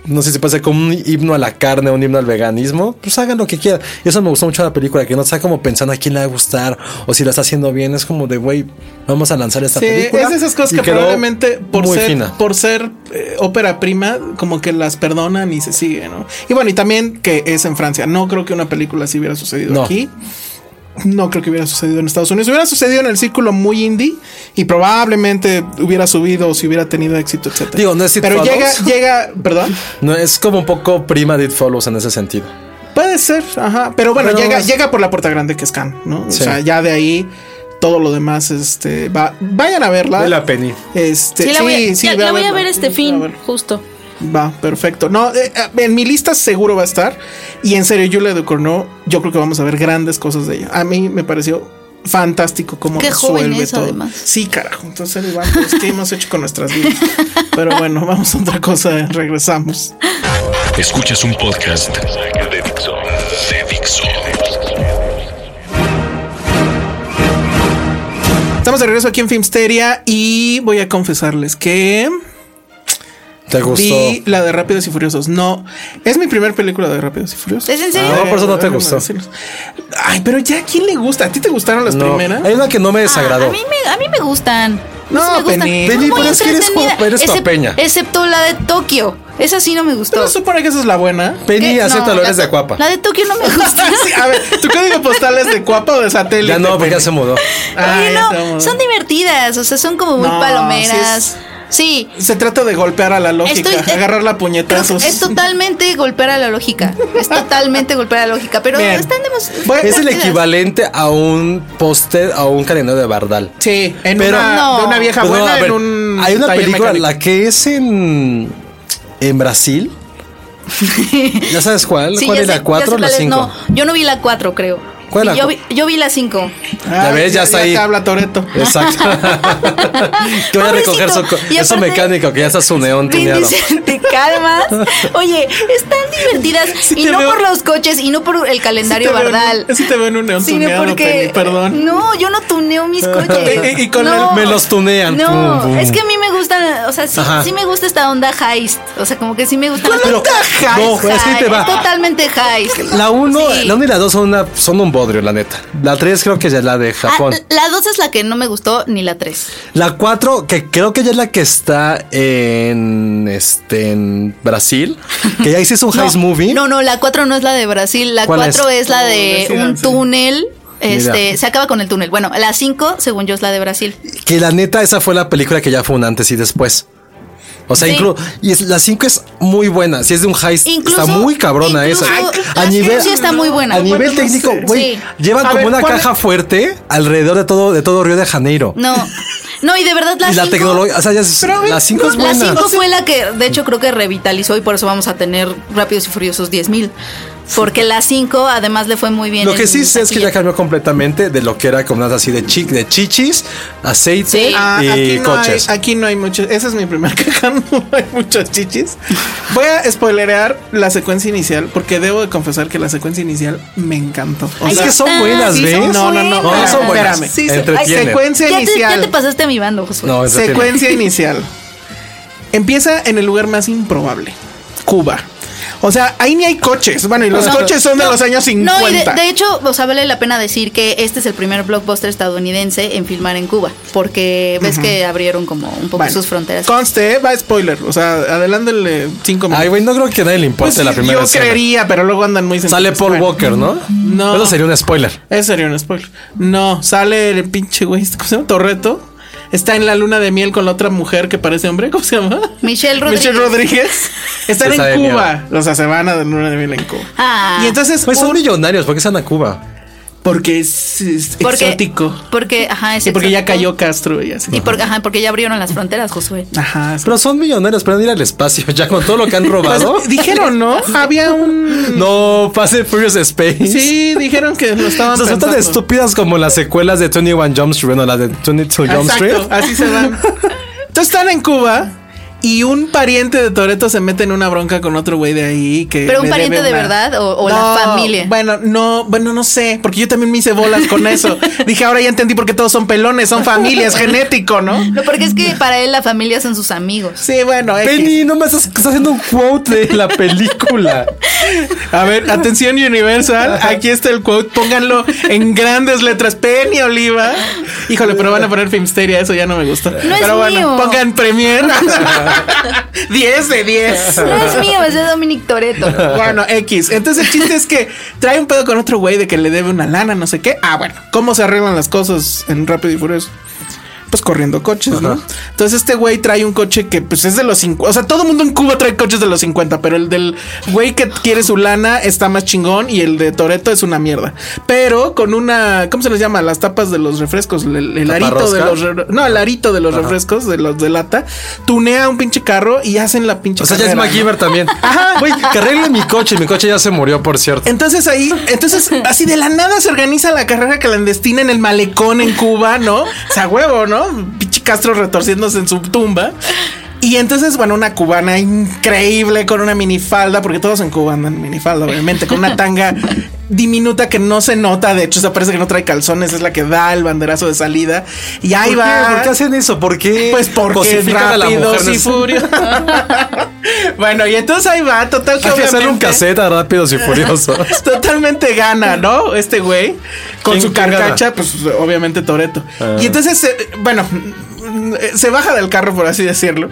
D: no sé si pasa como un himno a la carne, un himno al veganismo, pues hagan lo que quieran. Y eso me gustó mucho de la película, que no está como pensando a quién le va a gustar o si la está haciendo bien. Es como de, güey, vamos a lanzar esta
E: Sí,
D: película.
E: es de esas cosas
D: Y
E: que
D: quedó
E: probablemente por
D: muy
E: ser,
D: fina.
E: por ser eh, ópera prima, como que las perdonan y se sigue, ¿no? Y bueno, y también que es en Francia. No creo que una película así hubiera sucedido
D: No.
E: aquí. No creo que hubiera sucedido en Estados Unidos. Hubiera sucedido en el círculo muy indie y probablemente hubiera subido si hubiera tenido éxito, etcétera.
D: Digo, no es It
E: Pero
D: Follows.
E: llega, llega, perdón.
D: No, es como un poco prima de It Follows en ese sentido.
E: Puede ser, ajá. Pero bueno,
D: Pero-
E: llega, llega por la puerta grande que es Cannes, ¿no?
D: Sí.
E: O sea, ya de ahí todo lo demás, este, va, vayan a verla.
D: Vale la pena.
E: Este,
C: Sí, la voy, a-
E: sí,
C: ya-
E: ve
C: la voy a
E: verla.
C: ver este
E: Ve a
C: fin,
E: verla.
C: justo.
E: Va, perfecto. No, eh, eh, en mi lista seguro va a estar. Y en serio, Julia de Corneau, yo creo que vamos a ver grandes cosas de ella. A mí me pareció fantástico cómo
C: Qué
E: resuelve
C: joven es,
E: todo.
C: además.
E: Sí, carajo. Entonces, Iván, pues, ¿qué hemos hecho con nuestras vidas? Pero bueno, vamos a otra cosa, regresamos.
A: Escuchas un podcast de Dixo. De Dixo.
E: Estamos de regreso aquí en Filmsteria y voy a confesarles que
D: ¿Te gustó?
E: vi la de Rápidos y Furiosos. No, es mi primera película de Rápidos y Furiosos.
C: ¿Es en serio?
D: Ah, no, por eso no te
E: Déjame
D: gustó.
E: decirles. Ay, pero ya, ¿a quién le gusta? ¿A ti te gustaron las
D: No,
E: primeras?
D: Hay una que no me desagradó.
C: Ah, A mí me, a mí me gustan.
E: No,
C: Sí me gustan.
E: Penny.
C: Son
D: Penny,
C: muy
D: pero es que eres
C: entretenidas.
D: guapa, eres
C: Excep-
D: guapeña.
C: Excepto la de Tokio. Esa sí no me gustó.
E: Pero se supone que esa es la buena.
D: Penny,
C: ¿Qué?
D: acéptalo,
C: No,
D: eres
C: la-
D: de Cuapa.
C: La de Tokio no me gusta.
E: Sí, ah, a ver, ¿tu código postal es de cuapa o de satélite?
D: Ya no, porque ya se mudó.
E: Ah,
C: Oye,
E: ya se
C: no,
E: mudó.
C: son divertidas, o sea, son como muy
E: No,
C: palomeras. Sí,
E: Se trata de golpear a la lógica,
C: Estoy-
E: agarrar la
C: creo
E: puñetazos.
C: que es totalmente golpear a la lógica. Es totalmente golpear a la lógica, pero
E: Bien.
C: están demos-
E: Bueno,
D: Es el
C: divertidas.
D: equivalente a un póster, a un calendario de Bardal.
E: Sí, en
D: Pero-
E: una,
C: No.
E: de una vieja
D: Pues no,
E: buena
D: a ver,
E: en un
D: hay una
E: taller
D: película,
E: mecánico.
D: la que es en, en Brasil. ¿Ya sabes cuál?
C: Sí,
D: ¿Cuál
C: ya
D: era?
C: sé- ya
D: ¿Cuatro
C: sé
D: o la
C: cuál es.
D: cinco?
C: No, yo no vi la 4, creo.
D: ¿Cuál es la
C: yo,
D: cu-
C: vi, yo vi la 5.
D: Ya ves, ya está ahí.
E: Ah, te habla Toreto.
D: Exacto. que voy a recoger su,
C: Pobrecito. Y
D: eso
C: aparte-
D: mecánico, que ya está su neón tuneado.
C: Vin te calmas. Oye, están divertidas
E: Sí
C: y
E: te
C: no
E: veo-
C: por los coches y no por el calendario Bardal.
E: Sí te veo en un neón tuneado, Penny, perdón.
C: No, yo no tuneo mis
D: Eh,
C: coches.
E: Y- y con
C: No.
D: el- me los tunean.
C: No,
D: Pum, pum.
C: es que a mí me gustan, o sea, sí,
D: Ajá.
C: sí me gusta esta onda heist. O sea, como que sí me gusta.
D: Pero- no, es que ahí te va.
C: totalmente heist.
D: La 1
C: Sí.
D: la uno y la 2 son, una- son un bodrio, la neta. La 3 creo que ya es la de
C: Ah,
D: Japón.
C: la 2 es la que no me gustó, ni la 3.
D: La 4, que creo que ya es la que está en, este, en Brasil, que ya hiciste un heist movie.
C: No, no, la 4 no es la de Brasil. La
D: ¿Cuál
C: 4 es?
D: es?
C: la
E: Oh,
C: de
E: sí,
C: un
E: sí.
C: túnel. Este,
D: Mira.
C: se acaba con el túnel. Bueno, la 5, según yo, es la de Brasil.
D: Que la neta, esa fue la película que ya fue un antes y después. O sea,
C: Sí.
D: incluso. Y es- la 5 es muy buena. Si es de un heist,
C: Incluso-
D: está muy cabrona
C: incluso
D: eso.
C: la sí está muy buena.
D: A nivel
E: Bueno, no
D: técnico,
E: sé.
D: güey.
C: Sí.
D: Llevan
E: A
D: como
E: ver,
D: una
E: ¿cuál-
D: caja fuerte alrededor de todo, de todo Río de Janeiro.
C: No. No, y de verdad la
D: y la
C: 5
D: tecnología. O sea, ya es-
E: Pero, a ver,
D: la 5 es
C: La
D: buena.
C: 5 fue la que, de hecho, creo que revitalizó y por eso vamos a tener Rápidos y Furiosos 10.000. Porque la 5 además le fue muy bien.
D: Lo que
C: en
D: sí sé es que
C: taquilla.
D: ya cambió completamente de lo que era como nada así de chi- de chichis, aceite
C: Sí.
E: Ah,
D: y
E: aquí, no hay,
D: coches.
E: aquí no hay muchos. Esa es mi primer caja. No hay muchos chichis. Voy a spoilerear la secuencia inicial porque debo de confesar que la secuencia inicial me encantó. O
C: Ahí
D: Es que son
C: está,
D: buenas,
C: sí
D: ¿ves?
C: son
E: No, no, no,
C: buenas.
D: son buenas.
E: Espérame.
C: Sí, sí.
D: Entretienen.
E: secuencia
C: Ya te,
E: inicial.
C: ya te pasaste mi bando, Josué.
D: No, entretienen.
E: Secuencia inicial. Empieza en el lugar más improbable, Cuba. O sea, ahí ni hay coches. Bueno, y los
C: No,
E: coches son de
C: no,
E: los años
C: No, y
E: 50.
C: de, de hecho, o sea, vale la pena decir que este es el primer blockbuster estadounidense en filmar en Cuba, porque ves que abrieron como un poco
E: Bueno,
C: sus fronteras.
E: Conste, eh, va spoiler. O sea, adelándenle cinco minutos.
D: Ay, güey, no creo que a nadie le importe
E: Pues
D: la
E: sí,
D: primera
E: Yo
D: escena.
E: creería, pero luego andan muy
D: Sale
E: sensibles.
D: Paul
E: Bueno.
D: Walker, ¿no?
E: No.
D: Eso sería un spoiler.
E: Ese sería un spoiler. No, sale el pinche güey, ¿cómo se llama? Torreto. Está en la luna de miel con la otra mujer que parece hombre, ¿cómo se llama?
C: Michelle Rodríguez.
E: Michelle Rodríguez. Están
D: Esa de
E: en Cuba. O sea, se van a la luna de miel en Cuba.
C: Ah.
E: Y entonces.
D: Pues son
E: un-
D: millonarios, ¿por qué se van a Cuba?
E: Porque es, es
C: Porque,
E: exótico.
C: Porque, ajá, es
E: y porque ya
C: exótico.
E: cayó Castro y así.
C: Y porque, ajá, porque ya abrieron las fronteras, Josué.
E: Ajá.
D: Pero son millonarios, pueden ir al espacio ya con todo lo que han robado.
E: Pues, Dijeron, ¿no? Había un.
D: No, pase Furious Space.
E: Sí, dijeron que lo estaban.
D: O sea, son tan
E: pensando.
D: estúpidas como las secuelas de 21 Jump Street, bueno, las de 22 Jump Street.
E: Exacto, así se van. Entonces están en Cuba y un pariente de Toreto se mete en una bronca con otro güey de ahí que.
C: ¿Pero un
E: le
C: pariente
E: debe
C: de
E: una-
C: verdad o- o la familia?
E: Bueno, no, bueno, no sé, porque yo también me hice bolas con eso. Dije, ahora ya entendí por qué todos son pelones, son familias, genético, ¿no?
C: No, porque es que para él la familia son sus amigos.
E: Sí, bueno, X.
D: Penny, no me estás, estás haciendo un quote de la película.
E: A ver, atención Universal, aquí está el quote, pónganlo en grandes letras, Penny Oliva. Híjole, pero van a poner Filmsteria, eso ya no me gusta.
C: es
E: pero
C: mío.
E: bueno, pongan Premier. 10 de 10.
C: No es mío, es de Dominic Toreto.
E: Bueno, X. Entonces el chiste es que trae un pedo con otro güey de que le debe una lana, no sé qué. Ah, bueno, ¿cómo se arreglan las cosas en Rápido y Furioso? Pues corriendo coches, ¿no? Entonces este güey trae un coche que pues es de los 50. O sea, todo el mundo en Cuba trae coches de los 50, pero el del güey que quiere su lana está más chingón y el de Toreto es una mierda. Pero con una, ¿cómo se les llama? Las tapas de los refrescos, el, el arito de
D: ¿Taparrosca?
E: los re- no, el arito de los refrescos, de los de lata, tunea un pinche carro y hacen la pinche
D: O sea, ya es
E: carrera, ¿no?
D: MacGyver también. Güey, que arregle mi coche. Mi coche ya se murió, por cierto.
E: Entonces ahí, entonces así de la nada se organiza la carrera clandestina en el malecón en Cuba, ¿no? O sea, huevo, ¿no? Pichi Castro retorciéndose en su tumba. Y entonces, bueno, una cubana increíble con una minifalda, porque todos en Cuba andan en minifalda, obviamente, con una tanga diminuta que no se nota. De hecho, se parece que no trae calzones, es la que da el banderazo de salida. Y ahí
D: ¿Por
E: va.
D: qué? ¿Por qué hacen eso? ¿Por qué?
E: Pues porque
D: cosifican a la mujer?
E: rápidos y
D: Necesitan-
E: furiosos. bueno, y entonces ahí va, total que
D: Hay que hacer un
E: obviamente-
D: cassette a rápidos y furiosos.
E: Totalmente gana, ¿no? Este güey. Con
D: ¿Quién-
E: su
D: quién
E: carcacha, pues obviamente Toreto.
D: Ah.
E: Y entonces, eh, bueno, mm, eh, se baja del carro, por así decirlo.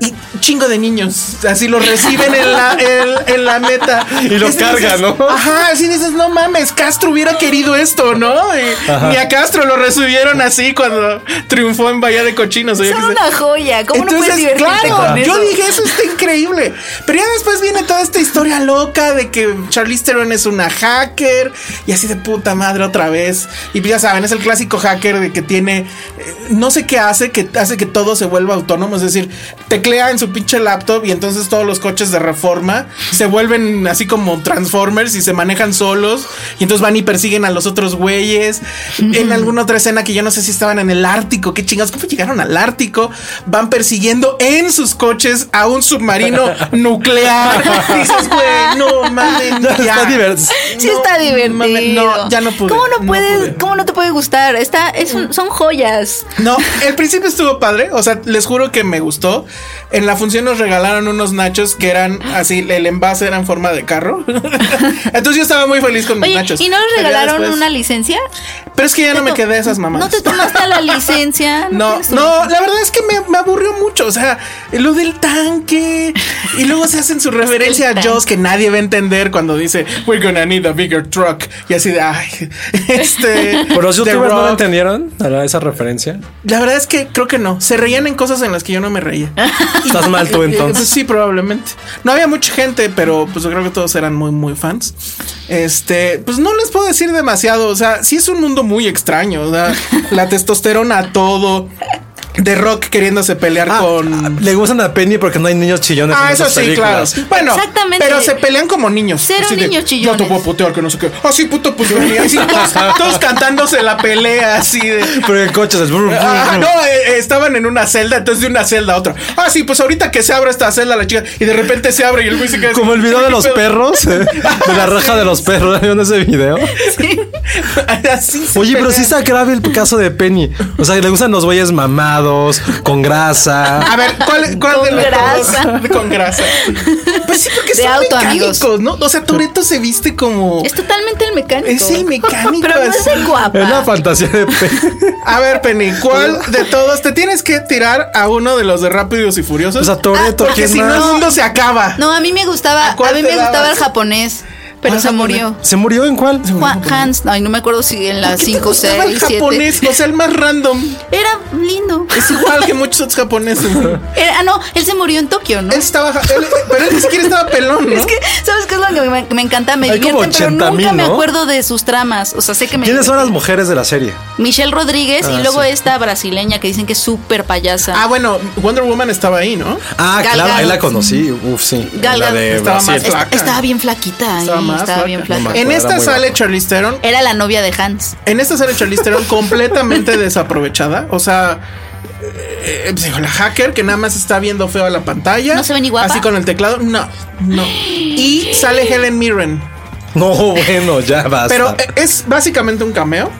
E: Y chingo de niños. Así lo reciben en la, en- en la meta.
D: Y lo
E: Así
D: carga,
E: dices,
D: ¿no?
E: Ajá, así dices, no mames, Castro hubiera querido esto, ¿no? Y ni a Castro lo recibieron así cuando triunfó en Bahía de Cochinos. o yo qué
C: Son
E: sé.
C: una joya. ¿Cómo no puedes divertirte
E: claro,
C: con eso?
E: Yo dije, eso está increíble. Pero ya después viene toda esta historia loca de que Charlize Theron es una hacker y así de puta madre otra vez. Y ya saben, es el clásico hacker de que tiene eh, no sé qué hace, que hace que todo se vuelva autónomo. Es decir, teclea en su pinche laptop y entonces todos los coches de reforma se vuelven así como Transformers y se manejan solos. Y entonces van y persiguen a los otros güeyes. En alguna otra escena que yo no sé si estaban en el Ártico, qué chingados, ¿cómo llegaron al Ártico? Van persiguiendo en sus coches a un submarino nuclear. Dices, güey, no mames, ya.
D: Está divertido.
C: Sí está
E: No,
C: divertido.
E: mames, no, ya no pude.
C: ¿Cómo no puedes,
E: pude. Mm.
C: cómo no te puede gustar? Está, es un- son joyas.
E: No, el principio estuvo padre, o sea, les juro que me gustó. En la función nos regalaron unos nachos que eran así, el envase era en forma de carro. Entonces yo estaba muy feliz con mis
C: Oye,
E: nachos.
C: ¿y no les
E: Pero ya
C: regalaron
D: pues.
E: después-
C: una licencia?
E: Pero es que ya no me quedé de esas mamás.
C: No te tomaste la licencia.
E: No,
C: tienes tu
E: no,
C: licencia?
E: la verdad es que me, me aburrió mucho. O sea, lo del tanque. Y luego se hacen su referencia a Joss que nadie va a entender cuando dice We're gonna need a bigger truck. Y así de ay, este.
D: ¿Por los
E: The
D: youtubers no lo
E: Rock.
D: entendieron a la- esa referencia?
E: La verdad es que creo que no. Se reían en cosas en las que yo no me reía.
D: Estás mal
C: Eh,
D: tú
E: Pues
D: entonces.
E: sí, probablemente. No había mucha gente, pero pues yo creo que todos eran muy, muy fans. Este, pues no les puedo decir demasiado. O sea, sí es un mundo muy extraño. O sea, la testosterona a todo. De rock queriéndose pelear
D: Ah, ah,
E: con.
D: Le gustan a Penny porque no hay niños chillones.
E: Ah,
D: en
E: eso
D: esas
E: sí, claro.
D: películas.
E: Bueno,
C: Exactamente.
E: pero se pelean como niños.
C: Cero
E: Así de,
C: niños chillones.
E: Yo te voy a putear que no sé qué. Así puto puto. Y así todos, todos cantándose la pelea así de.
D: Pero en coches, el brum, brum,
E: Ah,
D: brum.
E: no, eh, eh, estaban en una celda, entonces de una celda a otra. Ah, sí, pues ahorita que se abra esta celda la chica y de repente se abre y el güey se queda así,
D: Como el video de
E: "Ay,
D: los
E: pero-".
D: perros, eh, de la raja de los perros. ¿Ya ¿Vieron ese video?
E: Así se
D: Oye, pero
E: pelean.
D: sí está grave el caso de Penny. O sea, le gustan los güeyes mamados, con grasa.
E: A ver, ¿cuál, cuál
C: Con
E: de los
C: grasa.
E: todos? Con grasa. Pues sí, porque
C: De
E: son
C: auto,
E: mecánicos, ¿no? O sea, Toreto se viste como.
C: Es totalmente el mecánico.
E: Es el mecánico,
C: Pero no es
E: así.
C: el guapa.
D: Es la fantasía de Penny.
E: A ver, Penny, ¿cuál de todos? Te tienes que tirar a uno de los de Rápidos y Furiosos. Ah,
D: O sea, Toretto,
E: Porque
D: Pues ¿quién
E: si no,
D: más?
E: el mundo se acaba.
C: No, a mí me gustaba,
E: ¿A cuál
C: a mí
E: te
C: me gustaba
E: dabas?
C: el japonés. pero
E: Ah,
C: se
E: japonés.
C: murió.
D: ¿Se murió en cuál?
C: Juan Hans, ay, no me acuerdo si en las 5,
E: Estaba
C: 6,
E: el
C: 7.
E: japonés, o sea, el más random.
C: Era lindo.
E: Es igual que muchos otros japoneses. güey.
C: Era- ah, no, él se murió en Tokio, ¿no?
E: Él estaba, él- eh, pero él ni siquiera estaba pelón, ¿no?
C: Es que, ¿sabes qué es lo que me, me encanta? Me
D: Hay como
C: divierte, pero
D: 80,000,
C: nunca me
D: ¿no?
C: acuerdo de sus tramas. O sea, sé que me.
D: ¿Quiénes son las mujeres de la serie?
C: Michelle Rodríguez
D: Ah,
C: y luego
D: sí.
C: esta brasileña que dicen que es súper payasa.
E: Ah, bueno, Wonder Woman estaba ahí, ¿no?
D: Ah,
C: Gal
D: claro,
C: Gadot.
D: ahí la conocí. Uf, Eh, sí.
C: Gal
D: La de
C: Gadot.
E: Estaba más
D: Brasil.
C: Es-
E: flaca.
C: estaba bien flaquita. ay, Estaba,
E: Estaba más flaca.
C: bien
D: No
C: flaca.
D: me
E: En
D: Era
E: esta
D: muy
E: sale
D: guapa.
E: Charlize Theron.
C: Era la novia de Hans.
E: En esta sale Charlize Theron completamente desaprovechada. O sea, eh, eh, digo, la hacker que nada más está viendo feo a la pantalla.
C: ¿No se ve ni guapa?
E: Así con el teclado. No, no. Y sale Helen Mirren.
D: No, bueno, ya basta.
E: Pero eh, es básicamente un cameo.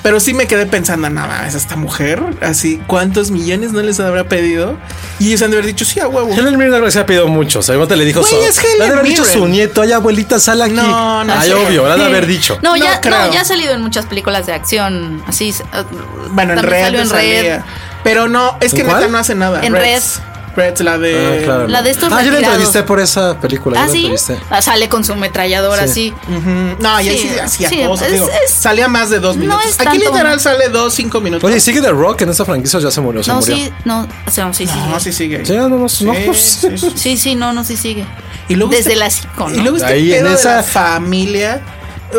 E: Pero sí me quedé pensando, nada, es esta mujer. Así, ¿cuántos millones no les habrá pedido? Y ellos han de haber dicho, sí, a huevo.
D: Helen Mirren no se ha pedido mucho. O sea, igual te le dijo
E: Güey,
D: su-
E: es Helen
D: Le ha de haber dicho
E: Mirren.
D: su nieto. Ay, abuelita, sal aquí.
E: No, no
D: Ay,
E: sé.
D: Ah, obvio, le ha de haber dicho.
C: No,
E: No
C: ya,
E: creo.
C: no, ya ha salido en muchas películas de acción. Así. s- ah,
E: Bueno, en
C: también
E: red.
C: salió en
E: salía.
C: red.
E: Pero no, es que
D: ¿En
E: neta
D: cuál?
E: no hace nada.
C: En
E: Reds. Reds, la de.
D: Ah, claro.
C: Eh, La de estos
D: Ah, yo la
C: retirados.
D: entrevisté por esa película.
C: ¿Ah,
D: yo la
C: sí?
D: entrevisté.
C: Ah, Sale con su ametralladora,
D: Sí.
C: así.
E: Ujú. No, y ahí
C: Sí,
E: sí hacía
C: sí,
E: cosas.
C: es-
E: digo,
C: es-
E: salía más de dos
C: no
E: minutos.
C: es
E: Aquí
C: tanto,
E: literal
C: ¿no?
E: sale dos, cinco minutos.
D: Oye, sigue The Rock en esta franquicia o ya se murió. Se
C: No,
D: murió.
C: sí, no, o sea, no, sí, sí.
E: no, sí sigue. ahí.
D: Sí, no, no, no, no, pues.
E: sí, sí.
C: Sí, sí, no, no, sí sigue.
E: Y luego
C: Desde
E: este-
C: las 5, ¿no?
E: Y luego este
D: Ahí, en
E: pedo de
D: esa-
E: la familia.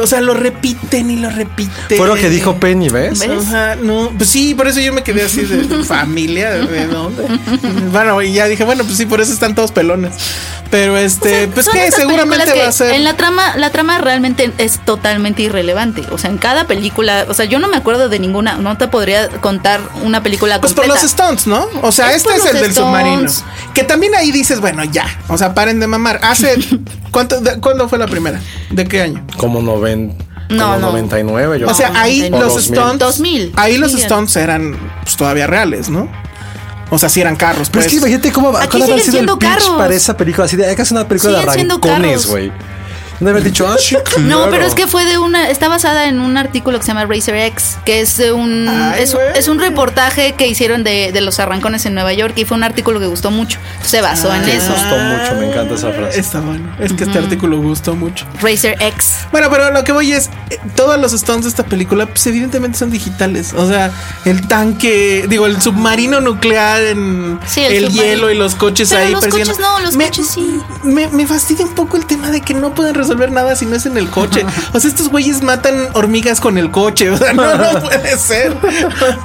E: O sea, lo repiten y lo repiten.
D: Fue lo que dijo Penny, ¿ves?
C: ¿Ves?
E: Ajá, no, pues sí, por eso yo me quedé así de familia, ¿de dónde? Bueno, y ya dije, bueno, pues sí, por eso están todos pelones. Pero
C: O
E: este,
C: sea,
E: pues
C: son
E: que
C: estas
E: seguramente
C: películas que
E: va a ser.
C: En la trama, la trama realmente es totalmente irrelevante. O sea, en cada película, o sea, yo no me acuerdo de ninguna, no te podría contar una película
E: Pues por
C: completa.
E: los stunts, ¿no? O sea,
C: Es
E: este
C: por
E: es
C: los
E: el del submarino.
C: stunts.
E: Que también ahí dices, bueno, ya. O sea, paren de mamar. Hace. ¿cuánto, de- ¿Cuándo fue la primera? ¿De qué año?
D: Como, noven,
C: No,
D: como
C: no.
D: 99, yo
E: o sea,
C: no,
E: ahí
C: no,
E: los
D: 2000.
E: stunts.
C: 2000.
E: Ahí los
C: Miguel.
E: stunts eran pues, todavía reales, ¿no? O sea, sí eran carros.
D: Pero
E: pues.
D: es que imagínate cómo va
C: Aquí
D: cuál habrá
C: siguen
D: sido el
C: siendo
D: pitch
C: carros.
D: para esa película. Así de, hay que hacer una película
C: Siguen
D: de
C: siendo
D: arrancones,
C: carros.
D: güey. No haber dicho, ah, sí,
C: No,
D: claro.
C: pero es que fue de una, está basada en un artículo que se llama Racer X, que es de un,
E: Ay,
C: es,
E: güey.
C: es un reportaje que hicieron de, de los arrancones en Nueva York y fue un artículo que gustó mucho. Se basó en
E: Ah.
D: Sí,
C: eso.
D: gustó mucho, me encanta esa frase.
E: Está bueno. Es que este artículo gustó mucho.
C: Racer X.
E: Bueno, pero lo que voy es, eh, todos los stunts de esta película, pues evidentemente son digitales. O sea, el tanque, digo, el submarino nuclear en
C: Sí, el
E: el,
C: submarino.
E: hielo y los coches
C: Pero
E: ahí
C: los
E: persiguiendo.
C: coches no, los
E: me,
C: coches sí.
E: Me, me fastidia un poco el tema de que no pueden resolver nada si no es en el coche. O sea, estos güeyes matan hormigas con el coche. O sea, no, no puede ser.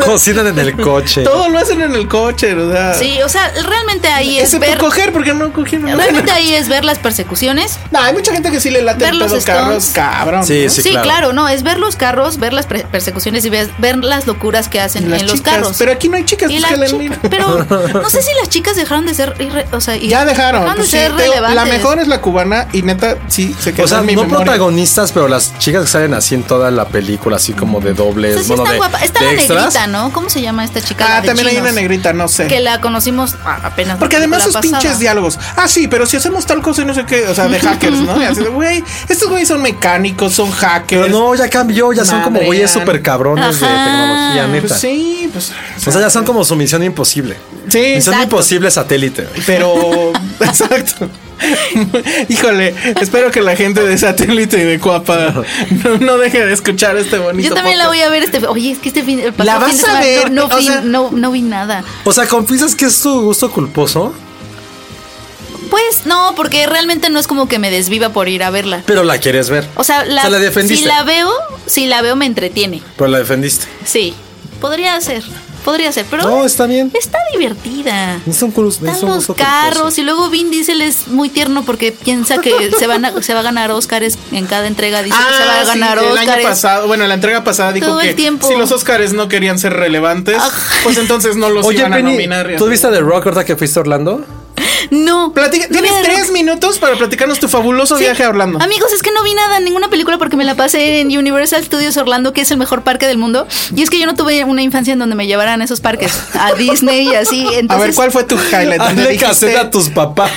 D: Cocinan en el coche.
E: Todo lo hacen en el coche, o sea.
C: Sí, o sea, realmente ahí es
E: Excepto
C: ver,
E: coger, porque no cogieron nada.
C: realmente ahí es ver las persecuciones
E: No, hay mucha gente que sí le late
C: Ver
E: el
C: los
E: pedo carros,
C: stunts.
E: cabrón.
D: Sí,
E: ¿no?
D: sí.
C: Sí, claro.
D: claro.
C: no, es ver los carros, ver las pre- persecuciones y ves- ver, las locuras que hacen
E: Las
C: en los
E: chicas,
C: carros.
E: Pero aquí no hay chicas,
C: Y
E: pues,
C: las
E: Helen
C: chicas-
E: Mirren.
C: pero no sé si las chicas dejaron de ser irre- o sea, y-
E: Ya dejaron.
C: de
E: pues sí,
C: ser
E: te digo, la
C: relevantes.
E: mejor es la cubana y neta, sí, se quedó
D: O sea,
E: en mi
D: no
E: memoria.
D: protagonistas, pero las chicas que salen así en toda la película, así como de
C: O sea,
D: dobles,
C: Pues sí
D: bueno,
C: está
D: de,
C: guapa. Está
D: de
C: la
D: extras.
C: negrita, ¿no? ¿Cómo se llama esta chica? La
E: Ah,
C: de
E: también hay
C: chinos,
E: una negrita, no sé.
C: Que la conocimos a- apenas. la
E: Porque además sus
C: película
E: pinches
C: pasada.
E: diálogos. Ah, sí, pero si hacemos tal cosa y no sé qué, o sea, de hackers, ¿no? Y así de, güey, estos güeyes son mecánicos, son hackers.
D: Pero no, ya cambió, ya son como
E: Madrean.
D: güeyes súper cabrones de
C: Ajá.
D: tecnología, neta.
E: Pues sí, pues.
D: O sea, ya son como su misión imposible.
E: Sí,
D: Misión
C: Exacto.
D: imposible satélite. güey.
E: pero. exacto. Híjole, espero que la gente de satélite y de Cuapa no, no deje de escuchar este bonito.
C: Yo también la voy a ver este. Oye, es que este fin. El pasado
E: La vas
C: fin de
E: a
C: semana
E: ver,
C: No, no
E: o
C: vi,
E: sea-
C: no, no vi nada.
D: O sea, ¿confiesas que es tu gusto culposo?
C: Pues no, porque realmente no es como que me desviva por ir a verla.
D: Pero la quieres ver.
C: O sea, la,
D: la defendiste.
C: si la veo, si la veo me entretiene.
D: Pero la defendiste.
C: Sí, podría ser, podría ser, pero
D: No, está bien.
C: está divertida.
D: Ni son cruz,
E: Pues
D: ni
C: Están
D: son
C: los
D: gusto
C: carros
D: culposo.
C: y luego Vin Diesel es muy tierno porque piensa que se, van a, se va a ganar Oscars en cada entrega. Dice que se va a
E: Ah, sí,
C: ganar
E: el año
C: Oscars.
E: pasado, bueno, la entrega pasada dijo
C: Todo el
E: que
C: tiempo. Ah.
E: si los Oscars no querían ser relevantes,
C: Ajá.
E: pues entonces no los
D: Oye,
E: iban a
D: Penny,
E: nominar. y
D: ¿tú
E: así.
D: viste The Rock ahorita que fuiste a Orlando?
C: No.
E: Platica- tienes
C: Mira,
E: tres minutos para platicarnos tu fabuloso
C: sí.
E: viaje a Orlando.
C: Amigos, es que no vi nada, ninguna película porque me la pasé en Universal Studios Orlando, que es el mejor parque del mundo. Y es que yo no tuve una infancia en donde me llevaran a esos parques, a Disney y así. Entonces,
E: a ver, ¿cuál fue tu highlight?
D: Hazle
E: ¿Dónde dijiste-
D: caseta Ah, a tus papás.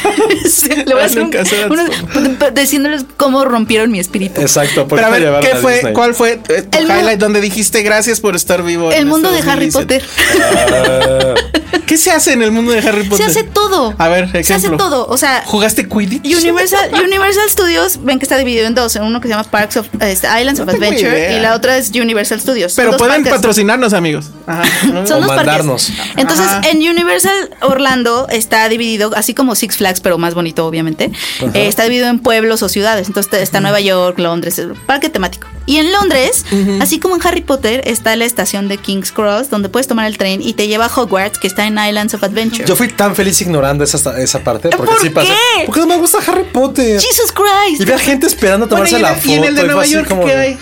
C: Sí, le voy a hacer un-
E: Nunca será
C: uno-
E: tu-
C: p- p- diciéndoles cómo rompieron mi espíritu.
D: Exacto, ¿por
E: Pero a
D: qué te
E: ver,
D: llevaron
E: ¿qué
D: a
E: fue,
D: Disney?
E: ¿cuál fue eh, tu
C: El mu-
E: highlight donde dijiste gracias por estar vivo?
C: el
E: en
C: mundo de
E: este
C: Harry
E: 2017"?
C: Potter.
E: ¿Qué se hace en el mundo de Harry Potter?
C: hace todo.
E: A ver,
C: Se hace
E: Ejemplo.
C: todo. O sea,
E: ¿Jugaste Quidditch?
C: Universal, Universal Studios, ven que está dividido en dos, en uno que se llama Parks of eh, Islands
E: No
C: of
E: tengo
C: Adventure
E: idea.
C: y la otra es Universal Studios. Son
E: Pero
C: dos
E: pueden
C: parques.
E: patrocinarnos, amigos. Ajá.
C: Son
D: O
C: dos parques.
D: mandarnos.
C: Entonces,
E: Ajá.
C: en Universal Orlando está dividido, así como Six Flags, pero más bonito, obviamente. eh, está dividido en pueblos o ciudades. Entonces te- está Nueva York, Londres, el parque temático. Y en Londres, así como en Harry Potter, está la estación de King's Cross, donde puedes tomar el tren y te lleva a Hogwarts, que está en Islands of Adventure.
D: Yo fui tan feliz ignorando esa, esa parte. Porque
C: ¿Por
D: sí pasé.
C: qué?
D: Porque no me gusta Harry Potter.
C: Jesus Christ.
D: Y ve a gente esperando a tomarse la foto.
E: y en el de
D: fue
E: Nueva
D: así
E: York,
D: como
E: ¿qué
D: de-
E: hay?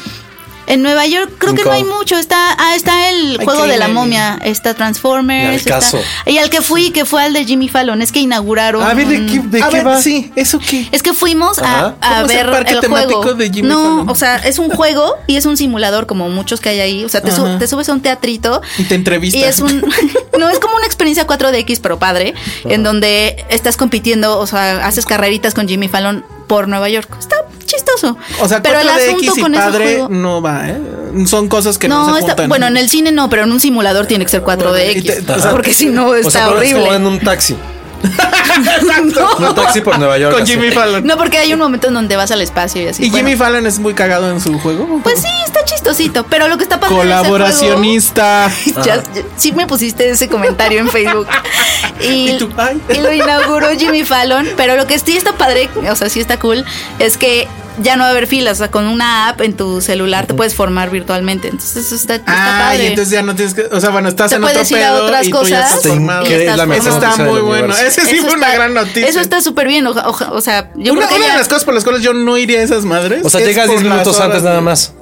C: En Nueva York creo que no
D: Nunca.
C: hay mucho. Está, ah, está el
E: Ay,
C: juego
E: qué
C: de la
E: meme.
C: momia, está
D: Ni al
C: Transformers, está-
D: caso.
C: y al que fui, que fue al de Jimmy Fallon, es que inauguraron.
E: Ah,
D: A ver, ¿de qué, de
E: Mm. a
D: qué
E: ver,
D: va?
E: sí, ¿eso qué?
C: Es que fuimos
D: Ajá.
C: a, a
E: ¿Cómo es el
C: ver
E: parque
C: el
E: temático
C: juego.
E: de Jimmy
C: no,
E: Fallon?
C: o sea, es un juego y es un simulador como muchos que hay ahí. O sea, te, su-
E: Ajá.
C: te subes a un teatrito
E: Y te entrevistas.
C: y es un no es como una experiencia 4DX pero padre, en donde estás compitiendo, o sea, haces carreritas con Jimmy Fallon por Nueva York. Está chistoso.
E: O sea,
C: pero el
E: 4DX
C: asunto
E: y
C: con ese
E: padre
C: juego-
E: no va, ¿eh? Son cosas que no,
C: no,
E: se
C: está-
E: juntan.
C: bueno, en el cine no, pero en un simulador tiene que ser
E: Y
C: 4DX.
E: te- o sea,
C: porque si no
D: O
C: está
D: sea, pero es como
C: horrible.
D: en un taxi.
E: Exacto.
D: Un taxi por Nueva York.
E: Con
D: así.
E: Jimmy Fallon.
C: No, porque hay un momento en donde vas al espacio y así.
E: ¿Y
C: bueno.
E: Jimmy Fallon es muy cagado en su juego?
C: Pues sí, está chistosito, pero lo que está pasando
E: Colaboracionista.
C: Ya, ya- sí me pusiste ese comentario en Facebook. Y,
E: Y tú, ay.
C: y lo inauguró Jimmy Fallon, pero lo que sí está padre, o sea, sí está cool, es que ya no va a haber filas, o sea, con una app en tu celular te puedes formar virtualmente. Entonces eso está, está
E: Ah,
C: padre.
E: y entonces ya no tienes que. O sea, bueno, estás
C: Te
E: en otro
C: puedes ir a
E: pedo
C: otras
E: y tú ya
C: cosas
E: estás
D: Está
E: formado.
C: y
D: increíble
C: estás
D: la mejor
E: Eso está
D: noticia del
E: muy bueno.
D: universo.
E: Ese sí
C: Eso
E: fue una
C: está-
E: gran noticia.
C: Eso está súper bien. oja- oja- o sea, yo
E: Una,
C: creo que
E: una
C: ya-
E: de las cosas por las cuales yo no iría a esas madres.
D: O sea,
E: es
D: llegas
E: por
D: 10
E: las
D: minutos
E: horas
D: antes
E: de-
D: nada más.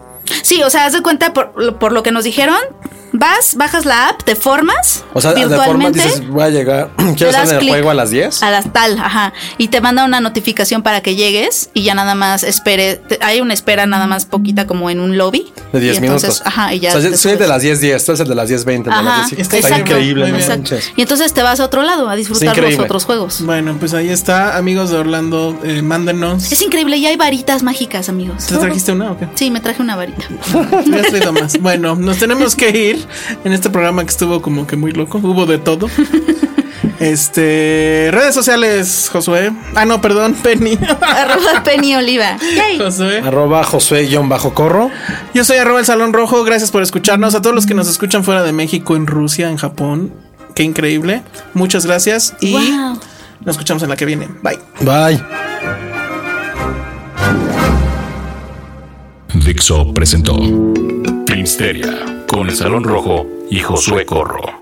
C: Sí, o sea, haz de cuenta por, lo- por lo que nos dijeron. Vas, bajas la app, te formas
D: O sea, de forma
C: virtualmente.
D: dices, voy a llegar.
C: te
D: Quiero estar
C: das
D: en el
C: clic
D: juego a las 10.
C: A las tal, ajá. Y te manda una notificación para que llegues y ya nada más espere. te- Hay una espera nada más poquita como en un lobby.
D: De 10
C: Y
D: minutos.
C: entonces, Ajá, y ya.
D: O sea, yo
C: te
D: soy el de
C: subes. Ah.
D: las 10, 10. Tú eres el de las 10, 20. el de las
C: Ajá,
D: 10,
E: Está
C: exacto,
D: increíble, no
C: exacto.
D: manches.
C: Y entonces te vas a otro lado a disfrutar los
D: increíble.
C: otros juegos.
E: Bueno, pues ahí está, amigos de Orlando, eh, mándenos.
C: Es increíble y hay varitas mágicas, amigos.
E: ¿Te trajiste una o qué?
C: Sí, me traje una varita.
E: Hubieras traído más. Bueno, nos tenemos que ir en este programa que estuvo como que muy loco. Hubo de todo. Este. Redes sociales, Josué. Ah, no, perdón, Penny.
C: Arroba Penny Oliva. Yay.
E: Josué.
D: Arroba Josué-Corro.
E: Yo soy arroba el Salón Rojo, gracias por escucharnos. A todos los que nos escuchan fuera de México, en Rusia, en Japón. Qué increíble. Muchas gracias y
C: Wow.
E: nos escuchamos en la que viene. Bye.
D: Bye.
A: Dixo presentó Filmsteria con el Salón Rojo y Josué Corro.